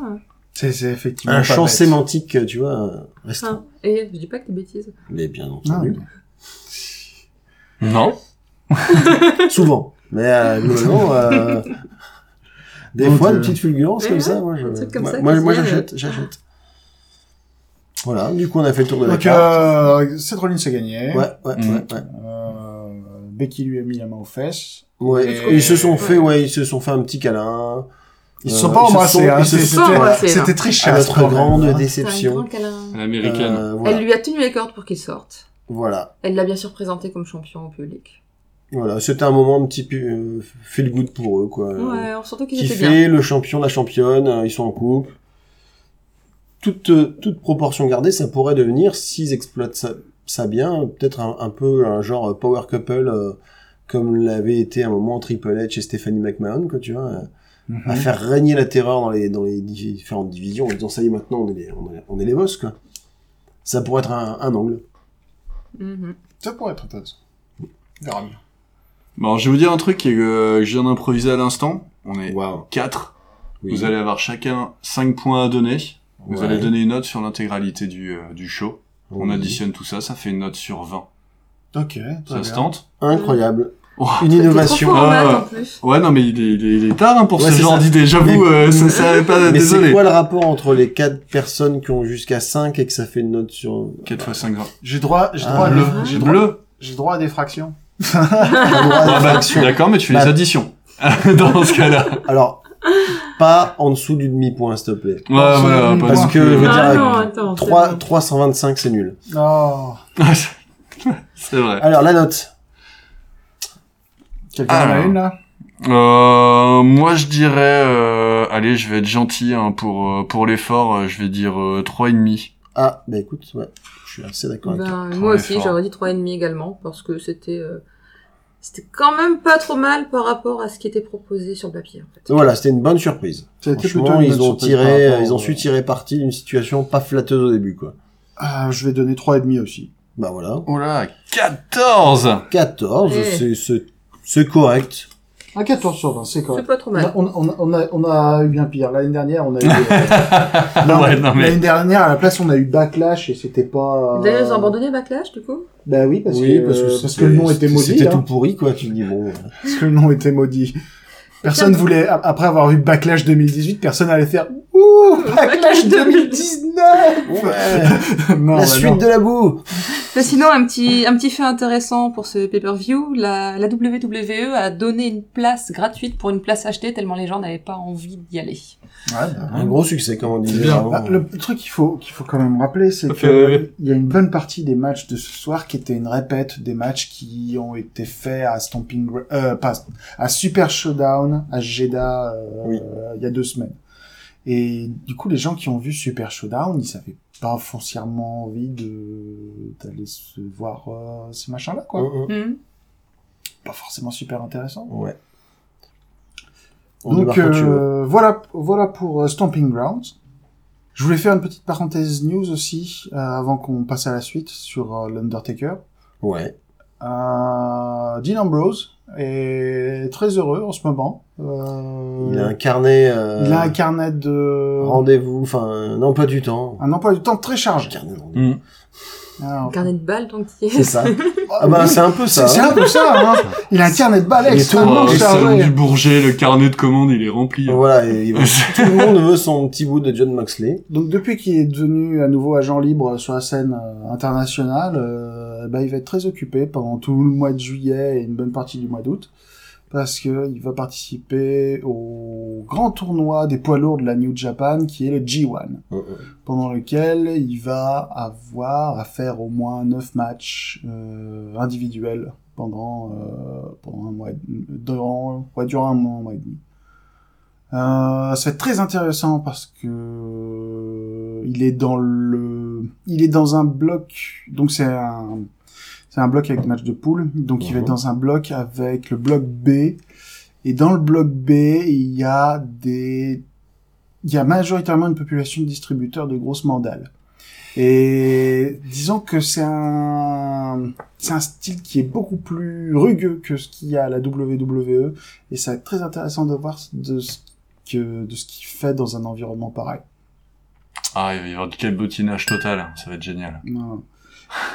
Speaker 3: C'est c'est effectivement
Speaker 5: un
Speaker 3: Ah, pas
Speaker 5: champ
Speaker 3: bête.
Speaker 5: sémantique, tu vois, restreint.
Speaker 6: Hein. Et je dis pas que des bêtises.
Speaker 5: Mais bien
Speaker 3: Non,
Speaker 5: entendu.
Speaker 6: Ah,
Speaker 4: euh, Non.
Speaker 5: Souvent. Mais euh,
Speaker 6: [laughs]
Speaker 5: globalement, euh, des
Speaker 3: Mon
Speaker 5: fois,
Speaker 3: Dieu.
Speaker 5: une petite fulgurance
Speaker 6: Mais
Speaker 5: comme
Speaker 6: ouais,
Speaker 5: ça, moi, je,
Speaker 6: un truc comme
Speaker 5: moi,
Speaker 6: ça
Speaker 5: moi,
Speaker 6: qui euh,
Speaker 5: moi,
Speaker 6: vient,
Speaker 5: j'achète, j'achète. Voilà, du coup, on a fait le tour de la
Speaker 3: Donc,
Speaker 5: carte.
Speaker 3: euh, Seth Rollins a gagné.
Speaker 5: Ouais, ouais,
Speaker 4: Mhm.
Speaker 5: ouais, ouais.
Speaker 3: Euh, Becky lui a mis la main aux fesses.
Speaker 5: Ouais,
Speaker 3: Et-
Speaker 5: ils se sont fait, ouais, ils se sont fait un petit câlin.
Speaker 3: Ils se
Speaker 5: Euh,
Speaker 3: sont pas
Speaker 5: ils se sont-
Speaker 3: embrassés, hein.
Speaker 5: ils se
Speaker 3: c'est-
Speaker 5: sont hein.
Speaker 6: pas
Speaker 3: C'était
Speaker 6: embrassés, là.
Speaker 3: c'était très
Speaker 5: à
Speaker 3: chaste.
Speaker 5: notre
Speaker 3: quand même,
Speaker 5: grande
Speaker 3: hein.
Speaker 6: C'est un
Speaker 5: déception.
Speaker 6: grand câlin.
Speaker 4: L'américaine.
Speaker 5: Euh, voilà.
Speaker 6: Elle lui a tenu les cordes pour qu'il sorte.
Speaker 5: Voilà.
Speaker 6: Elle l'a bien sûr présenté comme champion au public.
Speaker 5: Voilà. C'était un moment un petit peu euh, feel good pour eux, quoi.
Speaker 6: ouais, on sentait qu'ils
Speaker 5: Euh, Qui
Speaker 6: étaient bien.
Speaker 5: fait le champion, la championne, euh, ils sont en couple. Toute, euh, toute proportion gardée, ça pourrait devenir, s'ils exploitent ça, ça bien, euh, peut-être un, un peu un genre euh, power couple, euh, comme l'avait été à un moment Triple H et Stephanie McMahon, quoi, tu vois, euh, à faire régner la terreur dans les, dans les di- différentes divisions, en disant ça y est, maintenant on est les, on est, on est les boss, quoi. Ça pourrait être un, un angle.
Speaker 6: Mhm.
Speaker 3: Ça pourrait être intéressant. On verra bien.
Speaker 4: Bon, je vais vous dire un truc qui est que je viens d'improviser à l'instant. On est
Speaker 5: Waouh.
Speaker 4: quatre.
Speaker 5: Oui.
Speaker 4: Vous allez avoir chacun 5 points à donner. Vous
Speaker 5: Ouais.
Speaker 4: allez donner une note sur l'intégralité du, euh, du show. On
Speaker 5: Oui.
Speaker 4: additionne tout ça, ça fait une note sur 20.
Speaker 3: Ok, très
Speaker 4: Ça se
Speaker 3: bien.
Speaker 4: tente
Speaker 5: Incroyable.
Speaker 4: Oh.
Speaker 5: Une
Speaker 6: T'es trop
Speaker 5: innovation.
Speaker 6: fort en maths,
Speaker 4: Ah.
Speaker 6: en plus.
Speaker 4: Ouais, non, mais il est, il est- il est tard hein, pour
Speaker 5: Ouais,
Speaker 4: ce
Speaker 5: c'est
Speaker 4: genre
Speaker 5: ça.
Speaker 4: d'idée, j'avoue.
Speaker 5: Mais-
Speaker 4: euh, ça, ça avait pas,
Speaker 5: Mais c'est
Speaker 4: désolé.
Speaker 5: quoi le rapport entre les quatre personnes qui ont jusqu'à 5 et que ça fait une note sur...
Speaker 4: 4 x 5, 20.
Speaker 3: J'ai droit, j'ai
Speaker 5: Ah,
Speaker 3: droit, à
Speaker 4: bleu.
Speaker 3: des- j'ai droit,
Speaker 4: Bleu
Speaker 3: j'ai droit à des fractions.
Speaker 5: Un droit à
Speaker 4: Ouais, bah,
Speaker 5: l'action.
Speaker 4: D'accord, mais tu fais
Speaker 5: Bah.
Speaker 4: les additions. [laughs] Dans ce cas-là.
Speaker 3: bah.
Speaker 4: Ouais,
Speaker 5: Alors, pas en dessous du demi-point, s'il te plaît.
Speaker 4: voilà.
Speaker 3: Parce
Speaker 4: non
Speaker 5: que,
Speaker 4: plus,
Speaker 5: je veux
Speaker 4: euh,
Speaker 5: dire,
Speaker 6: Ah
Speaker 5: avec
Speaker 6: non, attends. c'est
Speaker 5: Trois-
Speaker 6: bon.
Speaker 5: 325, c'est nul. Ah.
Speaker 3: Non.
Speaker 5: euh,
Speaker 4: [laughs] c'est vrai.
Speaker 5: Alors, la note.
Speaker 3: Quelqu'un en a
Speaker 5: Ah.
Speaker 4: Alors.
Speaker 3: une, là?
Speaker 4: Euh, moi, je dirais... euh, allez, je vais être gentil hein, pour, euh, pour l'effort. euh, Je vais dire euh, 3,5.
Speaker 5: Ah, bah écoute, ouais, je suis assez d'accord avec toi.
Speaker 6: Ben,
Speaker 4: Trois
Speaker 6: moi aussi,
Speaker 4: efforts.
Speaker 6: j'aurais dit 3,5 également, parce que c'était euh, c'était quand même pas trop mal par rapport à ce qui était proposé sur le papier. En fait.
Speaker 5: Donc Voilà, c'était une bonne surprise.
Speaker 3: Ça a été plutôt
Speaker 5: Franchement,
Speaker 3: une
Speaker 5: ils
Speaker 3: bonne
Speaker 5: ont
Speaker 3: surprise
Speaker 5: tiré,
Speaker 3: par rapport
Speaker 5: ils ont
Speaker 3: au-
Speaker 5: su tirer parti d'une situation pas flatteuse au début, quoi.
Speaker 3: Ah, je vais donner trois et demi aussi.
Speaker 5: Bah voilà.
Speaker 4: Oh là, 14
Speaker 5: 14,
Speaker 6: Eh.
Speaker 5: c'est- c'est, c'est correct.
Speaker 3: Un 14 sur 20, c'est
Speaker 6: C'est
Speaker 3: correct.
Speaker 6: pas trop mal.
Speaker 3: On, on, on, a, on a eu bien pire. L'année dernière, on a eu... Non,
Speaker 4: Ouais,
Speaker 3: mais
Speaker 4: non, mais-
Speaker 3: L'année dernière, à la place, on a eu Backlash et c'était pas... euh,
Speaker 6: D'ailleurs, ils ont abandonné Backlash, du coup
Speaker 3: Bah oui, parce que, parce que le nom était maudit.
Speaker 5: C'était
Speaker 3: hein.
Speaker 5: tout pourri, quoi. Tu te dis, bon,
Speaker 3: Parce que le nom était maudit. Personne voulait, a- après avoir eu Backlash 2018, personne allait faire Ouh, Backlash 2019
Speaker 5: ouais,
Speaker 3: Non,
Speaker 5: la
Speaker 3: bah
Speaker 5: suite
Speaker 3: non.
Speaker 5: de la boue.
Speaker 6: Mais sinon, un petit, un petit fait intéressant pour ce pay-per-view, la, la WWE a donné une place gratuite pour une place achetée tellement les gens n'avaient pas envie d'y aller.
Speaker 3: Ouais, bah,
Speaker 5: Un gros succès, comme on disait.
Speaker 4: Bien.
Speaker 5: avant.
Speaker 3: Ah, le truc qu'il faut, qu'il faut quand même rappeler, c'est
Speaker 4: Ça
Speaker 3: que euh,
Speaker 4: fait rêver.
Speaker 3: il y a une bonne partie des matchs de ce soir qui étaient une répète des matchs qui ont été faits à Stomping, Gr- euh, pas, à Super Showdown, à Jeddah, euh,
Speaker 5: Oui.
Speaker 3: euh, il y a deux semaines. Et du coup, les gens qui ont vu Super Showdown, ils n'avaient pas foncièrement envie de, d'aller se voir euh, ces machins-là, quoi.
Speaker 5: Hum, hum.
Speaker 6: Hmm.
Speaker 3: Pas forcément super intéressant.
Speaker 5: Ouais.
Speaker 3: Donc euh, voilà, voilà pour euh, Stomping Grounds. Je voulais faire une petite parenthèse news aussi euh, avant qu'on passe à la suite sur euh, l'Undertaker.
Speaker 5: Ouais.
Speaker 3: Euh, Dean Ambrose est très heureux en ce moment. Euh,
Speaker 5: Il a un carnet. euh,
Speaker 3: il a un carnet de
Speaker 5: rendez-vous, enfin, euh, non, pas du temps.
Speaker 3: un emploi du temps très chargé.
Speaker 5: Carnet de rendez-vous.
Speaker 4: Mm.
Speaker 3: Alors,
Speaker 6: Carnet de balles, donc.
Speaker 3: [laughs]
Speaker 5: C'est ça. ah bah, c'est un peu
Speaker 3: c'est
Speaker 5: Ah bah, ça.
Speaker 3: c'est
Speaker 5: hein.
Speaker 3: un peu ça. Hein. Il a un carnet de balais
Speaker 5: Il est
Speaker 3: extrêmement
Speaker 5: tout-
Speaker 4: le salon du
Speaker 3: chargé.
Speaker 4: Bourget, le carnet de commandes, il est rempli. hein.
Speaker 5: Voilà, et
Speaker 3: [laughs]
Speaker 5: il va- tout le monde veut son petit bout de John Moxley.
Speaker 3: Donc depuis qu'il est devenu à nouveau agent libre sur la scène euh, internationale, euh, bah, il va être très occupé pendant tout le mois de juillet et une bonne partie du mois d'août, parce que il va participer au grand tournoi des poids lourds de la New Japan, qui est le G1, pendant lequel il va avoir à faire au moins neuf matchs euh, individuels pendant, euh, pendant un mois, et demi- durant, ouais, durant un mois, un mois et demi. Euh, ça va être très intéressant parce que il est dans le, il est dans un bloc, donc c'est un, c'est un bloc avec match de poule, donc il va
Speaker 5: Mhm.
Speaker 3: être dans un bloc avec le bloc B, et dans le bloc B, il y a des, il y a majoritairement une population de distributeurs de grosses mandales. Et disons que c'est un, c'est un style qui est beaucoup plus rugueux que ce qu'il y a à la WWE et ça va être très intéressant de voir de ce que de ce qu'il fait dans un environnement pareil.
Speaker 4: Ah, il va y avoir du calbotinage total, hein, ça va être génial.
Speaker 3: Non.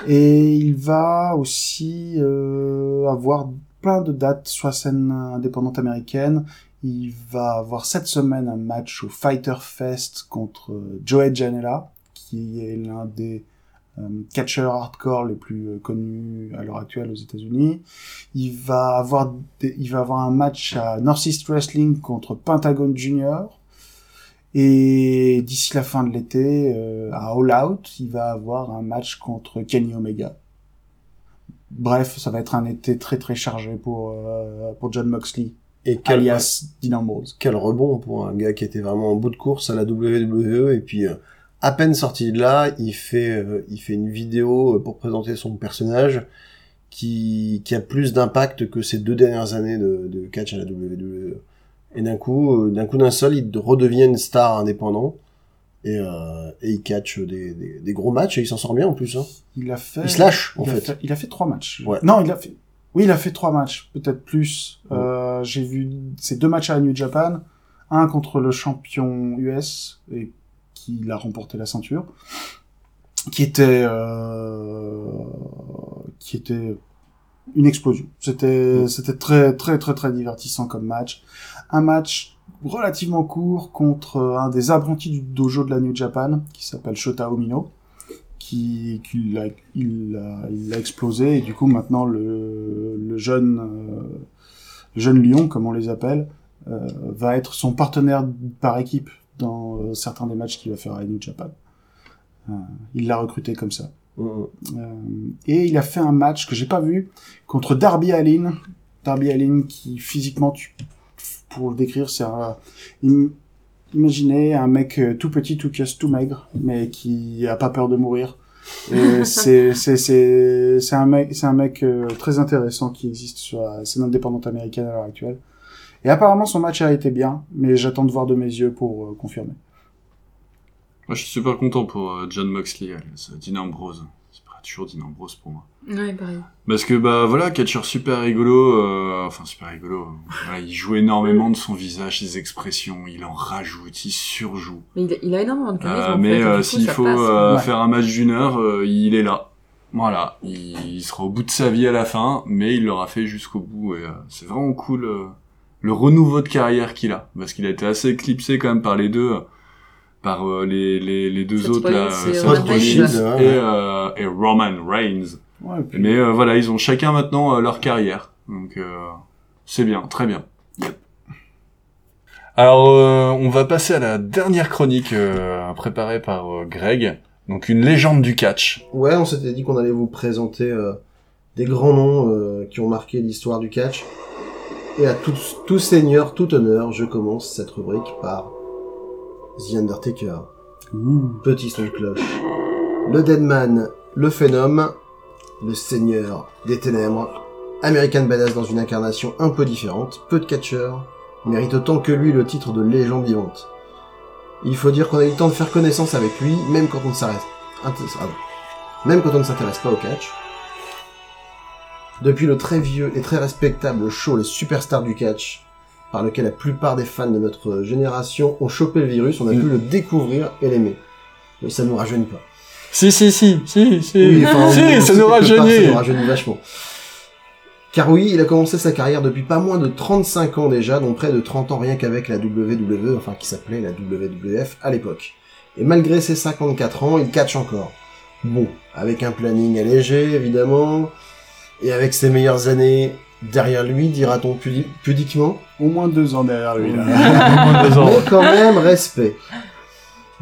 Speaker 3: Et il va aussi euh, avoir plein de dates sur la scène indépendante américaine. Il va avoir cette semaine un match au Fighter Fest contre euh, Joey Janela, qui est l'un des euh, catcheurs hardcore les plus euh, connus à l'heure actuelle aux États-Unis. Il va avoir des- il va avoir un match à Northeast Wrestling contre Pentagon Junior. Et d'ici la fin de l'été, euh, à All Out, il va avoir un match contre Kenny Omega. Bref, ça va être un été très très chargé pour euh, pour John Moxley,
Speaker 5: Et quel,
Speaker 3: alias Dean Ambrose.
Speaker 5: quel rebond pour un gars qui était vraiment en bout de course à la WWE et puis euh, à peine sorti de là, il fait euh, il fait une vidéo euh, pour présenter son personnage qui qui a plus d'impact que ses deux dernières années de, de catch à la WWE. Et d'un coup, euh, d'un coup d'un seul, il redevient une star indépendant et, euh, et il catch des, des, des gros matchs et il s'en sort bien en plus. Hein.
Speaker 3: Il a fait.
Speaker 5: Il se lâche en
Speaker 3: il a
Speaker 5: fait.
Speaker 3: fait- il a fait trois matchs.
Speaker 5: Ouais.
Speaker 3: Non, il a fait. Oui, il a fait trois matchs, peut-être plus. Euh, J'ai vu ces deux matchs à New Japan, un contre le champion US et qui l'a remporté la ceinture, qui était euh, qui était une explosion. C'était c'était très très très très divertissant comme match. Un match relativement court contre euh, un des apprentis du dojo de la New Japan qui s'appelle Shota Omino qui, qui l'a, il l'a, il l'a explosé et du coup maintenant le, le jeune euh, le jeune lion comme on les appelle euh, va être son partenaire par équipe dans euh, certains des matchs qu'il va faire à New Japan. Euh, il l'a recruté comme ça.
Speaker 5: Mm.
Speaker 3: Euh, et il a fait un match que j'ai pas vu contre Darby Allin. Darby Allin qui physiquement, tu- pour le décrire, c'est un... im- Imaginez un mec euh, tout petit, tout casse, tout maigre, mais qui a pas peur de mourir. Et [laughs] c'est c'est c'est c'est un mec c'est un mec euh, très intéressant qui existe sur la scène indépendante américaine à l'heure actuelle. Et apparemment son match a été bien, mais j'attends de voir de mes yeux pour euh, confirmer.
Speaker 4: Moi, je suis super content pour euh, John Moxley, alias Dean Ambrose. C'est pas toujours Dean Ambrose pour moi.
Speaker 6: Ouais, pareil.
Speaker 4: Parce que, bah voilà, catcheur super rigolo, euh, enfin super rigolo, voilà, il joue énormément de son visage, ses expressions, il en rajoute, il surjoue.
Speaker 6: Mais il, il a énormément de charisme.
Speaker 4: Euh,
Speaker 6: Ah en fait,
Speaker 4: mais
Speaker 6: et
Speaker 4: euh,
Speaker 6: du coup,
Speaker 4: s'il
Speaker 6: ça
Speaker 4: faut
Speaker 6: passe.
Speaker 4: euh,
Speaker 3: Ouais.
Speaker 4: faire un match d'une heure, euh, il est là. Voilà, il, il sera au bout de sa vie à la fin, mais il l'aura fait jusqu'au bout. Et euh, c'est vraiment cool euh, le renouveau de carrière qu'il a, parce qu'il a été assez éclipsé quand même par les deux, euh, par euh, les, les, les deux
Speaker 6: Seth
Speaker 4: autres là,
Speaker 6: Rollins et
Speaker 4: Seth
Speaker 6: Roman
Speaker 4: Rollins et,
Speaker 5: Ouais,
Speaker 6: Reigns.
Speaker 5: ouais.
Speaker 4: euh, et Roman Reigns.
Speaker 3: Ouais, et puis-
Speaker 4: Mais euh, voilà, ils ont chacun maintenant euh, leur carrière, donc euh, c'est bien, très bien. Alors, euh, on va passer à la dernière chronique euh, préparée par euh, Greg. Donc, une légende du catch.
Speaker 5: Ouais, on s'était dit qu'on allait vous présenter euh, des grands noms euh, qui ont marqué l'histoire du catch. Et à tout, tout seigneur, tout honneur, je commence cette rubrique par The Undertaker.
Speaker 3: Ouh.
Speaker 5: Petit son de cloche. Le Deadman, le phénomène, le seigneur des ténèbres. American Badass dans une incarnation un peu différente, peu de catcheurs, mérite autant que lui le titre de légende vivante. Il faut dire qu'on a eu le temps de faire connaissance avec lui, même quand on ne s'arrête, int- ah non. même quand on ne s'intéresse pas au catch. Depuis le très vieux et très respectable show Les Superstars du Catch, par lequel la plupart des fans de notre génération ont chopé le virus, on a
Speaker 4: Mm.
Speaker 5: pu le découvrir et l'aimer. Mais ça ne nous rajeunit pas.
Speaker 4: Si, si, si, si, si.
Speaker 5: enfin, on- on
Speaker 4: si, ça
Speaker 5: sait
Speaker 4: nous
Speaker 5: quelque part, Ça
Speaker 4: rajeunit.
Speaker 5: nous rajeunit vachement. Car oui, il a commencé sa carrière depuis pas moins de 35 ans déjà, dont près de 30 ans rien qu'avec la WWE, enfin qui s'appelait la WWF à l'époque. Et malgré ses 54 ans, il catch encore. Bon, avec un planning allégé, évidemment, et avec ses meilleures années derrière lui, dira-t-on pudi- pudiquement.
Speaker 3: Au moins deux ans derrière lui là.
Speaker 5: Mais quand même, respect.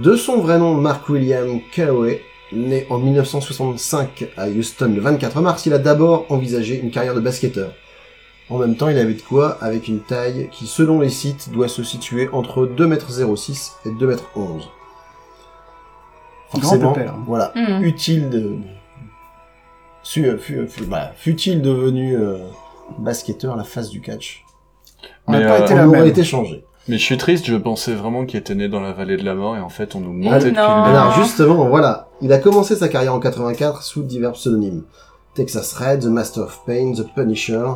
Speaker 5: De son vrai nom, Mark William Calloway, né en 1965 à Houston le 24 mars, il a d'abord envisagé une carrière de basketteur. En même temps, il avait de quoi avec une taille qui, selon les sites, doit se situer entre 2m06 et 2m11.
Speaker 3: Grand pépère.
Speaker 5: voilà,
Speaker 6: Mm.
Speaker 5: utile de... su- euh, fu- euh, fu- bah, fut-il devenu euh, basketteur, la face du catch
Speaker 3: On n'a
Speaker 4: Mais,
Speaker 3: pas
Speaker 4: euh,
Speaker 3: été
Speaker 5: Elle
Speaker 3: la même.
Speaker 5: aurait été changée.
Speaker 4: Mais je suis triste, je pensais vraiment qu'il était né dans la vallée de la mort et en fait, on nous mentait depuis
Speaker 6: non.
Speaker 4: le début.
Speaker 5: Alors justement, voilà, il a commencé sa carrière en 84 sous divers pseudonymes. Texas Red, The Master of Pain, The Punisher.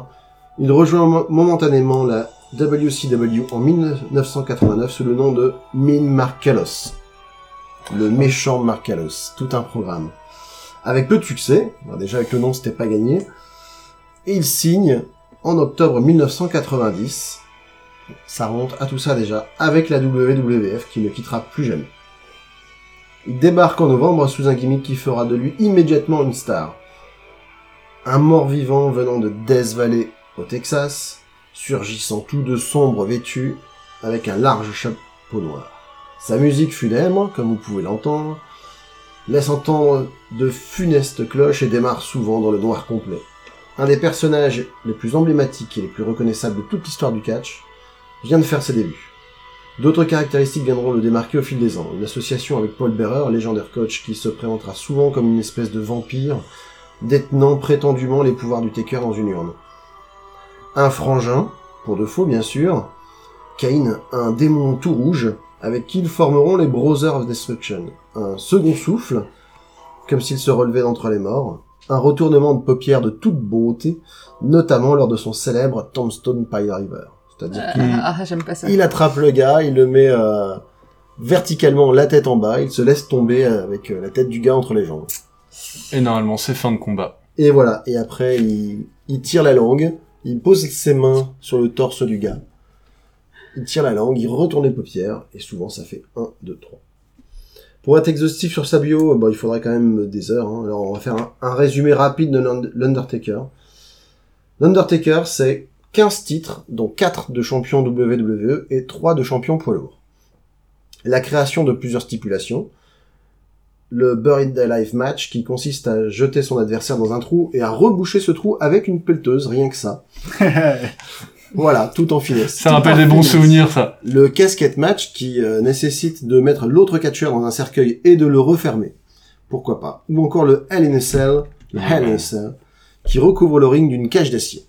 Speaker 5: Il rejoint mo- momentanément la WCW en 1989 sous le nom de Min Marcalos. Le méchant Marcalos, tout un programme. Avec peu de succès, Bon, déjà avec le nom c'était pas gagné, et il signe en octobre 1990, ça remonte à tout ça déjà, avec la WWF qui ne quittera plus jamais. Il débarque en novembre sous un gimmick qui fera de lui immédiatement une star. Un mort-vivant venant de Death Valley au Texas, surgissant tout de sombre vêtu avec un large chapeau noir. Sa musique funèbre, comme vous pouvez l'entendre, laisse entendre de funestes cloches et démarre souvent dans le noir complet. un des personnages les plus emblématiques et les plus reconnaissables de toute l'histoire du catch, vient de faire ses débuts. D'autres caractéristiques viendront le démarquer au fil des ans. Une association avec Paul Bearer, légendaire coach qui se présentera souvent comme une espèce de vampire, détenant prétendument les pouvoirs du Taker dans une urne. Un frangin, pour de faux bien sûr, Kane, un démon tout rouge, avec qui ils formeront les Brothers of Destruction. Un second souffle, comme s'il se relevait d'entre les morts. Un retournement de paupières de toute beauté, notamment lors de son célèbre Tombstone Pile River. C'est-à-dire
Speaker 6: Euh,
Speaker 5: qu'il
Speaker 6: Ah, j'aime pas ça.
Speaker 5: il attrape le gars, il le met euh, verticalement la tête en bas, il se laisse tomber avec euh, la tête du gars entre les jambes.
Speaker 4: Et normalement, c'est fin de combat.
Speaker 5: Et voilà, et après il, il tire la langue, il pose ses mains sur le torse du gars. Il tire la langue, il retourne les paupières, et souvent ça fait 1, 2, 3. Pour être exhaustif sur sa bio, bon, il faudrait quand même des heures. hein. Alors on va faire un, un résumé rapide de l'Und- l'Undertaker. L'Undertaker, c'est 15 titres, dont 4 de champion WWE E et 3 de champion poids lourd. La création de plusieurs stipulations. Le Buried Alive match qui consiste à jeter son adversaire dans un trou et à reboucher ce trou avec une pelleteuse, rien que ça.
Speaker 3: [laughs]
Speaker 5: Voilà, tout en finesse.
Speaker 4: Ça
Speaker 5: Tout
Speaker 4: rappelle
Speaker 5: en
Speaker 4: des bons
Speaker 5: finesse.
Speaker 4: souvenirs, ça.
Speaker 5: Le casquette match qui euh, nécessite de mettre l'autre catcheur dans un cercueil et de le refermer. Pourquoi pas. Ou encore le Hell in a Cell, le Hell in a Cell, qui recouvre le ring d'une cage d'acier.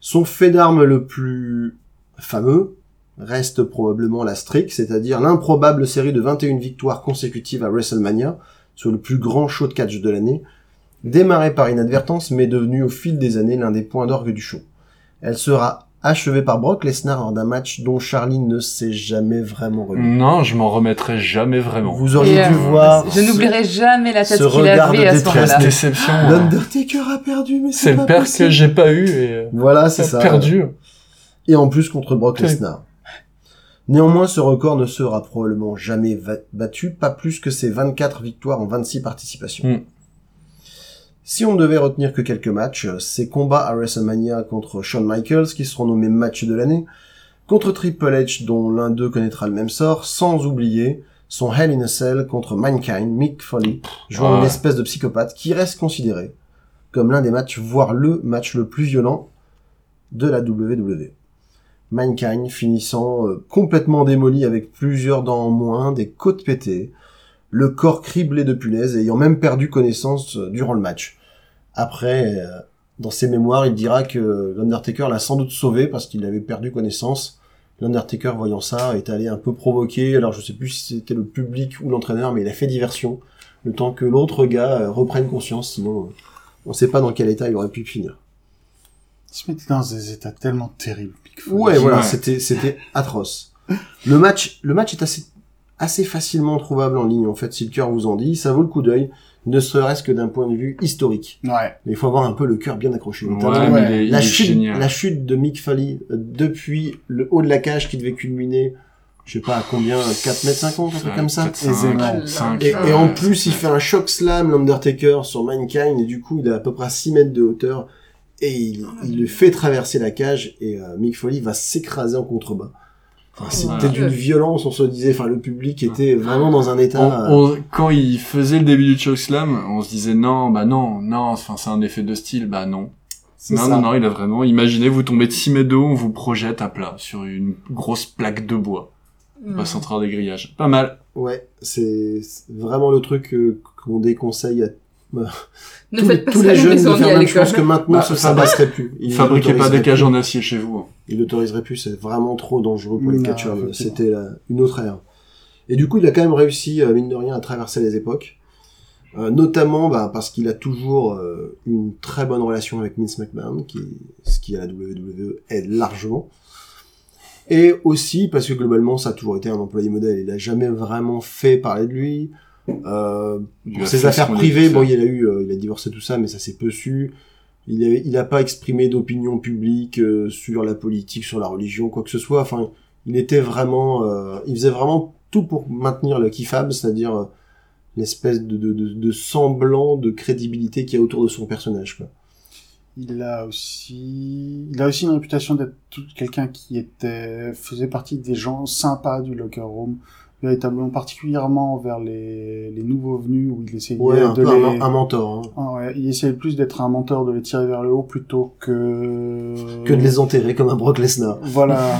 Speaker 5: Son fait d'armes le plus fameux reste probablement la streak, c'est-à-dire l'improbable série de 21 victoires consécutives à WrestleMania, sur le plus grand show de catch de l'année, démarrée par inadvertance mais devenue au fil des années l'un des points d'orgue du show. Elle sera achevée par Brock Lesnar lors d'un match dont Charlie ne s'est jamais vraiment remis.
Speaker 4: Non, je m'en remettrai jamais vraiment.
Speaker 5: Vous auriez
Speaker 6: Et,
Speaker 5: dû
Speaker 6: euh,
Speaker 5: voir
Speaker 6: Je n'oublierai jamais la tête
Speaker 5: ce
Speaker 6: qu'il
Speaker 5: regard
Speaker 6: avait
Speaker 5: de
Speaker 6: à ce
Speaker 5: détresse.
Speaker 6: moment-là.
Speaker 4: Déception. hein.
Speaker 5: l'Undertaker a perdu, mais
Speaker 4: C'est
Speaker 5: c'est
Speaker 4: le
Speaker 5: pas
Speaker 4: père
Speaker 5: possible.
Speaker 4: que j'ai pas eu et euh,
Speaker 5: Voilà, c'est ça.
Speaker 4: perdu.
Speaker 5: et en plus contre Brock
Speaker 4: Oui.
Speaker 5: Lesnar. Néanmoins, ce record ne sera probablement jamais va- battu, pas plus que ses 24 victoires en 26 participations.
Speaker 4: Mm.
Speaker 5: Si on ne devait retenir que quelques matchs, euh, ces combats à WrestleMania contre Shawn Michaels, qui seront nommés matchs de l'année, contre Triple H, dont l'un d'eux connaîtra le même sort, sans oublier son Hell in a Cell contre Mankind, Mick Foley, jouant
Speaker 4: Ah
Speaker 5: une
Speaker 4: ouais.
Speaker 5: espèce de psychopathe qui reste considéré comme l'un des matchs, voire le match le plus violent de la WWE. Mankind finissant euh, complètement démoli avec plusieurs dents en moins, des côtes pétées, le corps criblé de punaises et ayant même perdu connaissance euh, durant le match. Après, euh, dans ses mémoires, il dira que l'Undertaker l'a sans doute sauvé parce qu'il avait perdu connaissance. L'Undertaker, voyant ça, est allé un peu provoquer. Alors, je sais plus si c'était le public ou l'entraîneur, mais il a fait diversion. Le temps que l'autre gars euh, reprenne conscience, sinon, euh, on sait pas dans quel état il aurait pu finir.
Speaker 3: Il se mettait dans des états tellement terribles. Mick Foley.
Speaker 5: Ouais, voilà,
Speaker 4: Ouais.
Speaker 5: c'était c'était atroce. Le match, le match est assez assez facilement trouvable en ligne en fait. Si le cœur vous en dit, ça vaut le coup d'œil, ne serait-ce que d'un point de vue historique.
Speaker 3: Ouais.
Speaker 5: Mais il faut avoir un peu le cœur bien accroché. notamment
Speaker 4: Ouais, mais il est, il
Speaker 5: la
Speaker 4: est
Speaker 5: chute,
Speaker 4: génial.
Speaker 5: la chute de Mick Foley euh, depuis le haut de la cage qui devait culminer, je sais pas à combien, 4 mètres 50, un truc comme ça.
Speaker 3: Aisément.
Speaker 6: cinq,
Speaker 5: Et,
Speaker 6: Ah,
Speaker 5: et en
Speaker 6: ouais.
Speaker 5: plus, il fait un shock slam, l'Undertaker, sur Mankind, et du coup, il a à peu près 6 mètres de hauteur, et il, il le fait traverser la cage, et euh, Mick Foley va s'écraser en contrebas. Enfin, c'était
Speaker 4: Voilà.
Speaker 5: d'une violence, on se disait, enfin, le public était vraiment dans un état... euh,
Speaker 4: On- on- quand il faisait le début du chokeslam, on se disait non, bah non, non, enfin c'est un effet de style, bah non.
Speaker 5: c'est
Speaker 4: Non,
Speaker 5: ça.
Speaker 4: non, non, il a vraiment. Imaginez, vous tombez de 6 mètres de haut, on vous projette à plat sur une grosse plaque de bois.
Speaker 6: Mm.
Speaker 4: On va s'entrer des grillages. Pas mal.
Speaker 5: Ouais, c'est c'est vraiment le truc euh, qu'on déconseille à
Speaker 6: Ne
Speaker 5: tous,
Speaker 6: faites pas
Speaker 5: Bah, tous
Speaker 6: ça
Speaker 5: les
Speaker 6: avec
Speaker 5: jeunes
Speaker 6: les
Speaker 5: de
Speaker 6: orniers
Speaker 5: faire
Speaker 6: à
Speaker 5: même Je
Speaker 6: l'école.
Speaker 5: pense que maintenant,
Speaker 4: Bah,
Speaker 5: ça,
Speaker 4: ça
Speaker 5: ça passerait plus. Ils
Speaker 4: Fabriquez pas
Speaker 5: l'autoriseraient
Speaker 4: des cages
Speaker 5: plus.
Speaker 4: en acier chez vous. hein.
Speaker 5: il l'autoriserait plus, c'est vraiment trop dangereux pour les
Speaker 3: Non,
Speaker 5: catcheurs. là.
Speaker 3: effectivement.
Speaker 5: C'était euh, une autre ère. Et du coup, il a quand même réussi, euh, mine de rien, à traverser les époques. Euh, notamment bah, parce qu'il a toujours euh, une très bonne relation avec Vince McMahon, qui, ce qui à la WWE aide largement. Et aussi parce que globalement, ça a toujours été un employé modèle. Il n'a jamais vraiment fait parler de lui. Euh,
Speaker 4: Il
Speaker 5: pour
Speaker 4: a
Speaker 5: ses
Speaker 4: fait
Speaker 5: affaires
Speaker 4: ce qu'on
Speaker 5: privées,
Speaker 4: lui
Speaker 5: bon,
Speaker 4: disait.
Speaker 5: il a eu, euh, il a divorcé tout ça, mais ça s'est peu su. Il a, il a pas exprimé d'opinion publique euh, sur la politique, sur la religion, quoi que ce soit. Enfin, il était vraiment, euh, il faisait vraiment tout pour maintenir le kiffable, c'est-à-dire euh, l'espèce de, de, de, de semblant de crédibilité qu'il y a autour de son personnage. Quoi.
Speaker 3: Il a aussi, il a aussi une réputation d'être tout- quelqu'un qui était, faisait partie des gens sympas du locker room, véritablement particulièrement vers les, les nouveaux venus où il essayait
Speaker 5: Ouais, un
Speaker 3: de
Speaker 5: peu
Speaker 3: les...
Speaker 5: un, un mentor. hein.
Speaker 3: Ah ouais, il essayait plus d'être un mentor, de les tirer vers le haut plutôt que...
Speaker 5: Que de les enterrer comme un Brock Lesnar. [laughs]
Speaker 3: Voilà.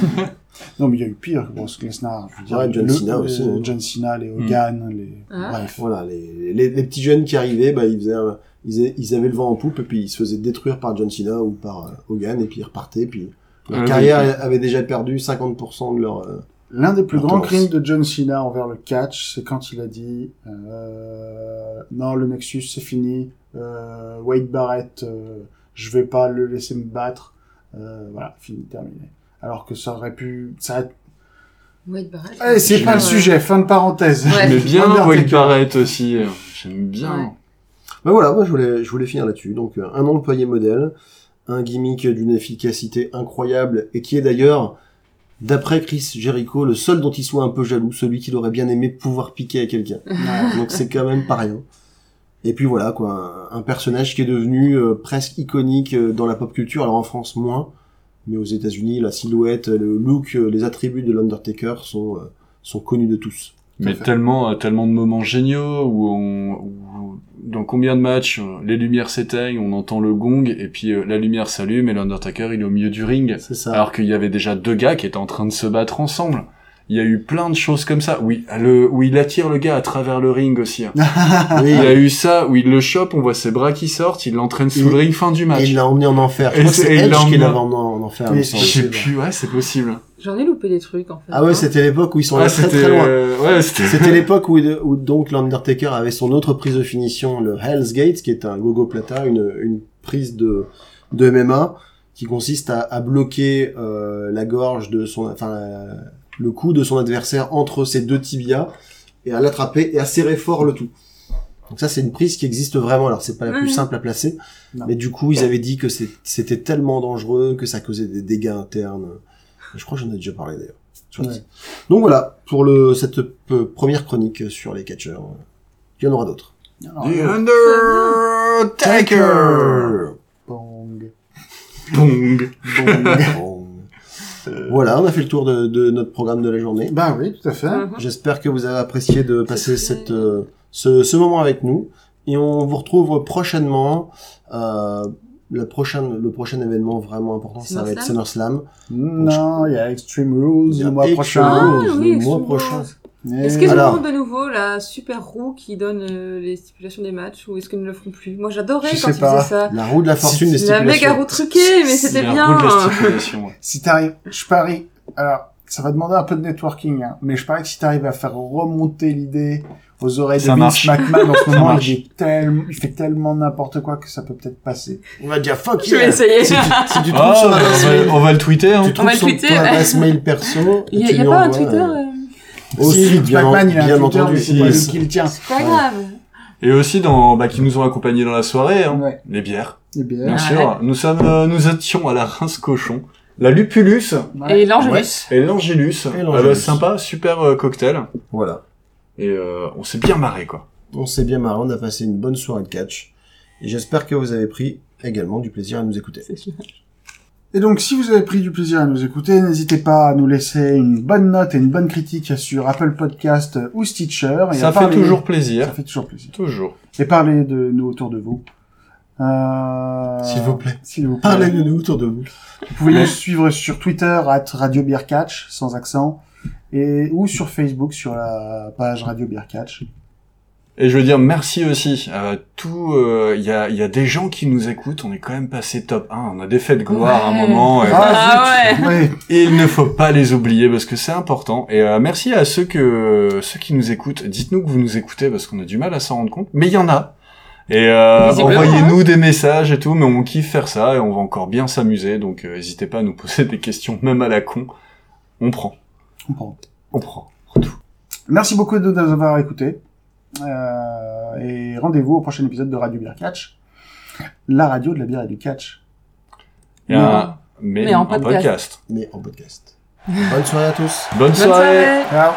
Speaker 3: non, mais il y a eu pire que Bruce Lesnar. Je veux dire,
Speaker 5: Ouais, John
Speaker 3: le-
Speaker 5: Cena
Speaker 3: les-
Speaker 5: aussi, hein.
Speaker 3: John Cena, les Hogan, les...
Speaker 6: Ah.
Speaker 3: Bref.
Speaker 5: Voilà, les, les, les petits jeunes qui arrivaient, bah, ils, faisaient, un- ils, a- ils avaient le vent en poupe et puis ils se faisaient détruire par John Cena ou par euh, Hogan et puis ils repartaient. Puis leur
Speaker 4: Ouais,
Speaker 5: carrière avait déjà perdu 50% de leur. euh,
Speaker 3: L'un des plus
Speaker 5: Arthur
Speaker 3: grands
Speaker 5: Ross.
Speaker 3: crimes de John Cena envers le catch, c'est quand il a dit euh, Non, le Nexus, c'est fini. Euh, Wade Barrett, euh, je vais pas le laisser me battre. Euh, voilà, fini, terminé. Alors que ça aurait pu... Ça... aurait-
Speaker 6: Wade Barrett.
Speaker 3: Eh, c'est
Speaker 4: Je-
Speaker 3: pas le sujet, fin de parenthèse.
Speaker 6: Ouais.
Speaker 4: J'aimais bien
Speaker 3: Undertaker.
Speaker 4: Wade Barrett aussi. euh, J'aime bien.
Speaker 6: Ouais.
Speaker 5: Ben voilà, moi je voulais, je voulais finir là-dessus. Donc euh, un employé modèle, un gimmick d'une efficacité incroyable et qui est d'ailleurs, d'après Chris Jericho, le seul dont il soit un peu jaloux, celui qu'il aurait bien aimé pouvoir piquer à quelqu'un. Donc c'est quand même pas rien. Et puis voilà quoi, un un personnage qui est devenu euh, presque iconique euh, dans la pop culture, alors en France moins, mais aux États-Unis la silhouette, le look, euh, les attributs de l'Undertaker sont euh, sont connus de tous.
Speaker 4: Mais
Speaker 3: fait.
Speaker 4: tellement, euh, tellement de moments géniaux où on, où- dans combien de matchs euh, les lumières s'éteignent, on entend le gong et puis euh, la lumière s'allume et l'Undertaker il est au milieu du ring.
Speaker 5: C'est ça.
Speaker 4: Alors qu'il y avait déjà deux gars qui étaient en train de se battre ensemble. Il y a eu plein de choses comme ça. Oui, le, où il attire le gars à travers le ring aussi.
Speaker 5: Ah
Speaker 4: hein.
Speaker 5: oui,
Speaker 4: Il y a eu ça où il le chope, on voit ses bras qui sortent, il l'entraîne sous le
Speaker 5: Et-
Speaker 4: ring fin du
Speaker 5: et
Speaker 4: match.
Speaker 5: il l'a emmené en enfer. Je
Speaker 4: Et
Speaker 5: crois que
Speaker 4: c'est-
Speaker 5: c'est
Speaker 4: et il
Speaker 5: Edge
Speaker 4: l'a
Speaker 5: qui
Speaker 4: emmené-
Speaker 5: l'a emmené en enfer. il me
Speaker 4: Je
Speaker 5: semble.
Speaker 4: sais plus, ouais, c'est possible.
Speaker 6: J'en ai loupé des trucs en fait.
Speaker 5: Ah ouais,
Speaker 6: hein.
Speaker 5: c'était l'époque où ils sont
Speaker 4: Ouais,
Speaker 5: allés très
Speaker 4: c'était,
Speaker 5: très loin.
Speaker 4: euh, ouais, c'était, [laughs]
Speaker 5: C'était l'époque où, où donc l'Undertaker avait son autre prise de finition, le Hell's Gate, qui est un gogo plata, une, une prise de, de MMA, qui consiste à, à bloquer euh, la gorge de son, enfin euh, le cou de son adversaire entre ses deux tibias et à l'attraper et à serrer fort le tout. Donc ça, c'est une prise qui existe vraiment. Alors c'est pas la plus
Speaker 6: Mhm.
Speaker 5: simple à placer,
Speaker 3: Non.
Speaker 5: mais du coup ils avaient dit que c'est- c'était tellement dangereux que ça causait des dégâts internes. Je crois que j'en ai déjà parlé d'ailleurs. sur le
Speaker 3: Ouais.
Speaker 5: site. Donc voilà pour le, cette euh, première chronique sur les catcheurs. euh, Il y en aura d'autres.
Speaker 3: Alors,
Speaker 4: The
Speaker 3: euh,
Speaker 4: Undertaker!
Speaker 3: bang,
Speaker 4: Bong!
Speaker 5: [laughs]
Speaker 3: bang.
Speaker 5: Bon. voilà, on a fait le tour de, de notre programme de la journée.
Speaker 3: bah oui, tout à fait.
Speaker 6: Mhm.
Speaker 5: J'espère que vous avez apprécié de passer
Speaker 6: C'était-
Speaker 5: cette, euh, ce, ce moment avec nous. Et on vous retrouve prochainement. Euh, la prochaine, le prochain événement vraiment important, ça va être SummerSlam.
Speaker 3: Non, il y a Extreme Rules
Speaker 5: Il y a
Speaker 3: le mois
Speaker 5: Extreme
Speaker 3: prochain.
Speaker 6: Ah,
Speaker 5: Rules,
Speaker 6: oui,
Speaker 5: le mois
Speaker 6: Extreme
Speaker 5: prochain.
Speaker 6: Rules. Est-ce qu'ils
Speaker 5: Alors-
Speaker 6: auront de nouveau la super roue qui donne euh, les stipulations des matchs ou est-ce qu'ils ne le feront plus Moi j'adorais
Speaker 3: Je
Speaker 6: quand
Speaker 3: sais
Speaker 6: ils
Speaker 3: pas.
Speaker 6: faisaient ça.
Speaker 5: La roue de la fortune des
Speaker 6: La méga
Speaker 5: stipulations.
Speaker 6: roue truquée, mais c'était
Speaker 4: La
Speaker 6: bien.
Speaker 4: roue de la stipulation, ouais.
Speaker 3: Si t'arrives, je parie. Alors, ça va demander un peu de networking, hein, mais je parie que si t'arrives à faire remonter l'idée aux oreilles
Speaker 4: Ça
Speaker 3: de Vince
Speaker 4: marche.
Speaker 3: McMahon en
Speaker 4: [laughs]
Speaker 3: ce
Speaker 4: Ça
Speaker 3: moment,
Speaker 4: marche.
Speaker 3: il, est tellement, il fait tellement n'importe quoi que ça peut peut-être passer.
Speaker 5: On va dire fuck
Speaker 6: Je
Speaker 5: yeah.
Speaker 6: vais essayer.
Speaker 5: Si tu, si tu trouves
Speaker 4: Ah,
Speaker 5: son
Speaker 4: bah,
Speaker 5: adresse
Speaker 4: on,
Speaker 5: mail,
Speaker 4: va, on va le tweeter, hein.
Speaker 5: tu trouves
Speaker 6: le
Speaker 5: son
Speaker 6: tweeter.
Speaker 5: ton adresse mail perso.
Speaker 6: Il n'y a,
Speaker 5: tu
Speaker 6: il y a
Speaker 5: lui
Speaker 6: pas un
Speaker 5: envoies,
Speaker 6: Twitter
Speaker 5: euh,
Speaker 6: euh,
Speaker 5: Aussi,
Speaker 3: si, Vince
Speaker 5: bien,
Speaker 3: McMahon, il a
Speaker 5: bien
Speaker 3: un Twitter,
Speaker 5: entendu.
Speaker 3: mais c'est pas
Speaker 5: si.
Speaker 3: lui qui le tient.
Speaker 6: C'est pas
Speaker 5: Ouais.
Speaker 6: grave.
Speaker 4: Et aussi dans, bah, qui nous ont accompagnés dans la soirée, hein.
Speaker 3: Ouais.
Speaker 4: Les bières.
Speaker 3: Eh
Speaker 4: Bien
Speaker 3: bien,
Speaker 6: Ah,
Speaker 4: sûr. Nous sommes, euh, nous étions à la Reims Cochon. La Lupulus
Speaker 3: ouais.
Speaker 6: Et l'Angelus.
Speaker 4: et l'Angelus.
Speaker 5: Et l'Angelus.
Speaker 4: Ah bah, sympa, super euh, cocktail.
Speaker 5: Voilà.
Speaker 4: Et euh, on s'est bien marré, quoi.
Speaker 5: On s'est bien marré, on a passé une bonne soirée de catch. Et j'espère que vous avez pris également du plaisir à nous écouter.
Speaker 6: C'est chouette.
Speaker 3: Et donc, si vous avez pris du plaisir à nous écouter, n'hésitez pas à nous laisser une bonne note et une bonne critique sur Apple Podcast ou Stitcher. Et
Speaker 4: Ça
Speaker 3: à
Speaker 4: fait
Speaker 3: parler-
Speaker 4: toujours
Speaker 3: Ça
Speaker 4: plaisir.
Speaker 3: fait toujours plaisir.
Speaker 4: Toujours.
Speaker 3: Et parlez de nous autour de vous. Euh,
Speaker 5: S'il vous plaît.
Speaker 3: S'il vous plaît.
Speaker 5: Parlez de nous autour de vous.
Speaker 3: Vous pouvez nous suivre sur Twitter, at Radio Beer Catch, sans accent, et, ou sur Facebook, sur la page Radio Beer Catch.
Speaker 4: Et je veux dire merci aussi à tout. euh, Il y, a, il y a des gens qui nous écoutent. On est quand même passé top 1. On a des faits de gloire à un
Speaker 6: Ouais.
Speaker 4: moment. euh, et-
Speaker 6: Ah
Speaker 3: zut. Ouais.
Speaker 4: Et il ne faut pas les oublier parce que c'est important. Et euh, merci à ceux que ceux qui nous écoutent. Dites-nous que vous nous écoutez parce qu'on a du mal à s'en rendre compte. Mais il y en a. Et euh,
Speaker 6: Visiblement,
Speaker 4: envoyez-nous des messages et tout. Mais on kiffe faire ça et on va encore bien s'amuser. Donc euh, n'hésitez pas à nous poser des questions, même à la con. On prend,
Speaker 3: Comprends.
Speaker 4: on prend.
Speaker 3: Merci beaucoup de nous avoir écoutés. Euh, et rendez-vous au prochain épisode de Radio Beer Catch. La radio de la bière et du catch.
Speaker 4: Et un- mais,
Speaker 6: Mais en
Speaker 4: un podcast.
Speaker 6: [laughs]
Speaker 5: Mais en podcast. Bonne soirée à tous.
Speaker 4: Bonne
Speaker 6: Bonne
Speaker 4: soirée.
Speaker 6: soirée.
Speaker 3: Ciao.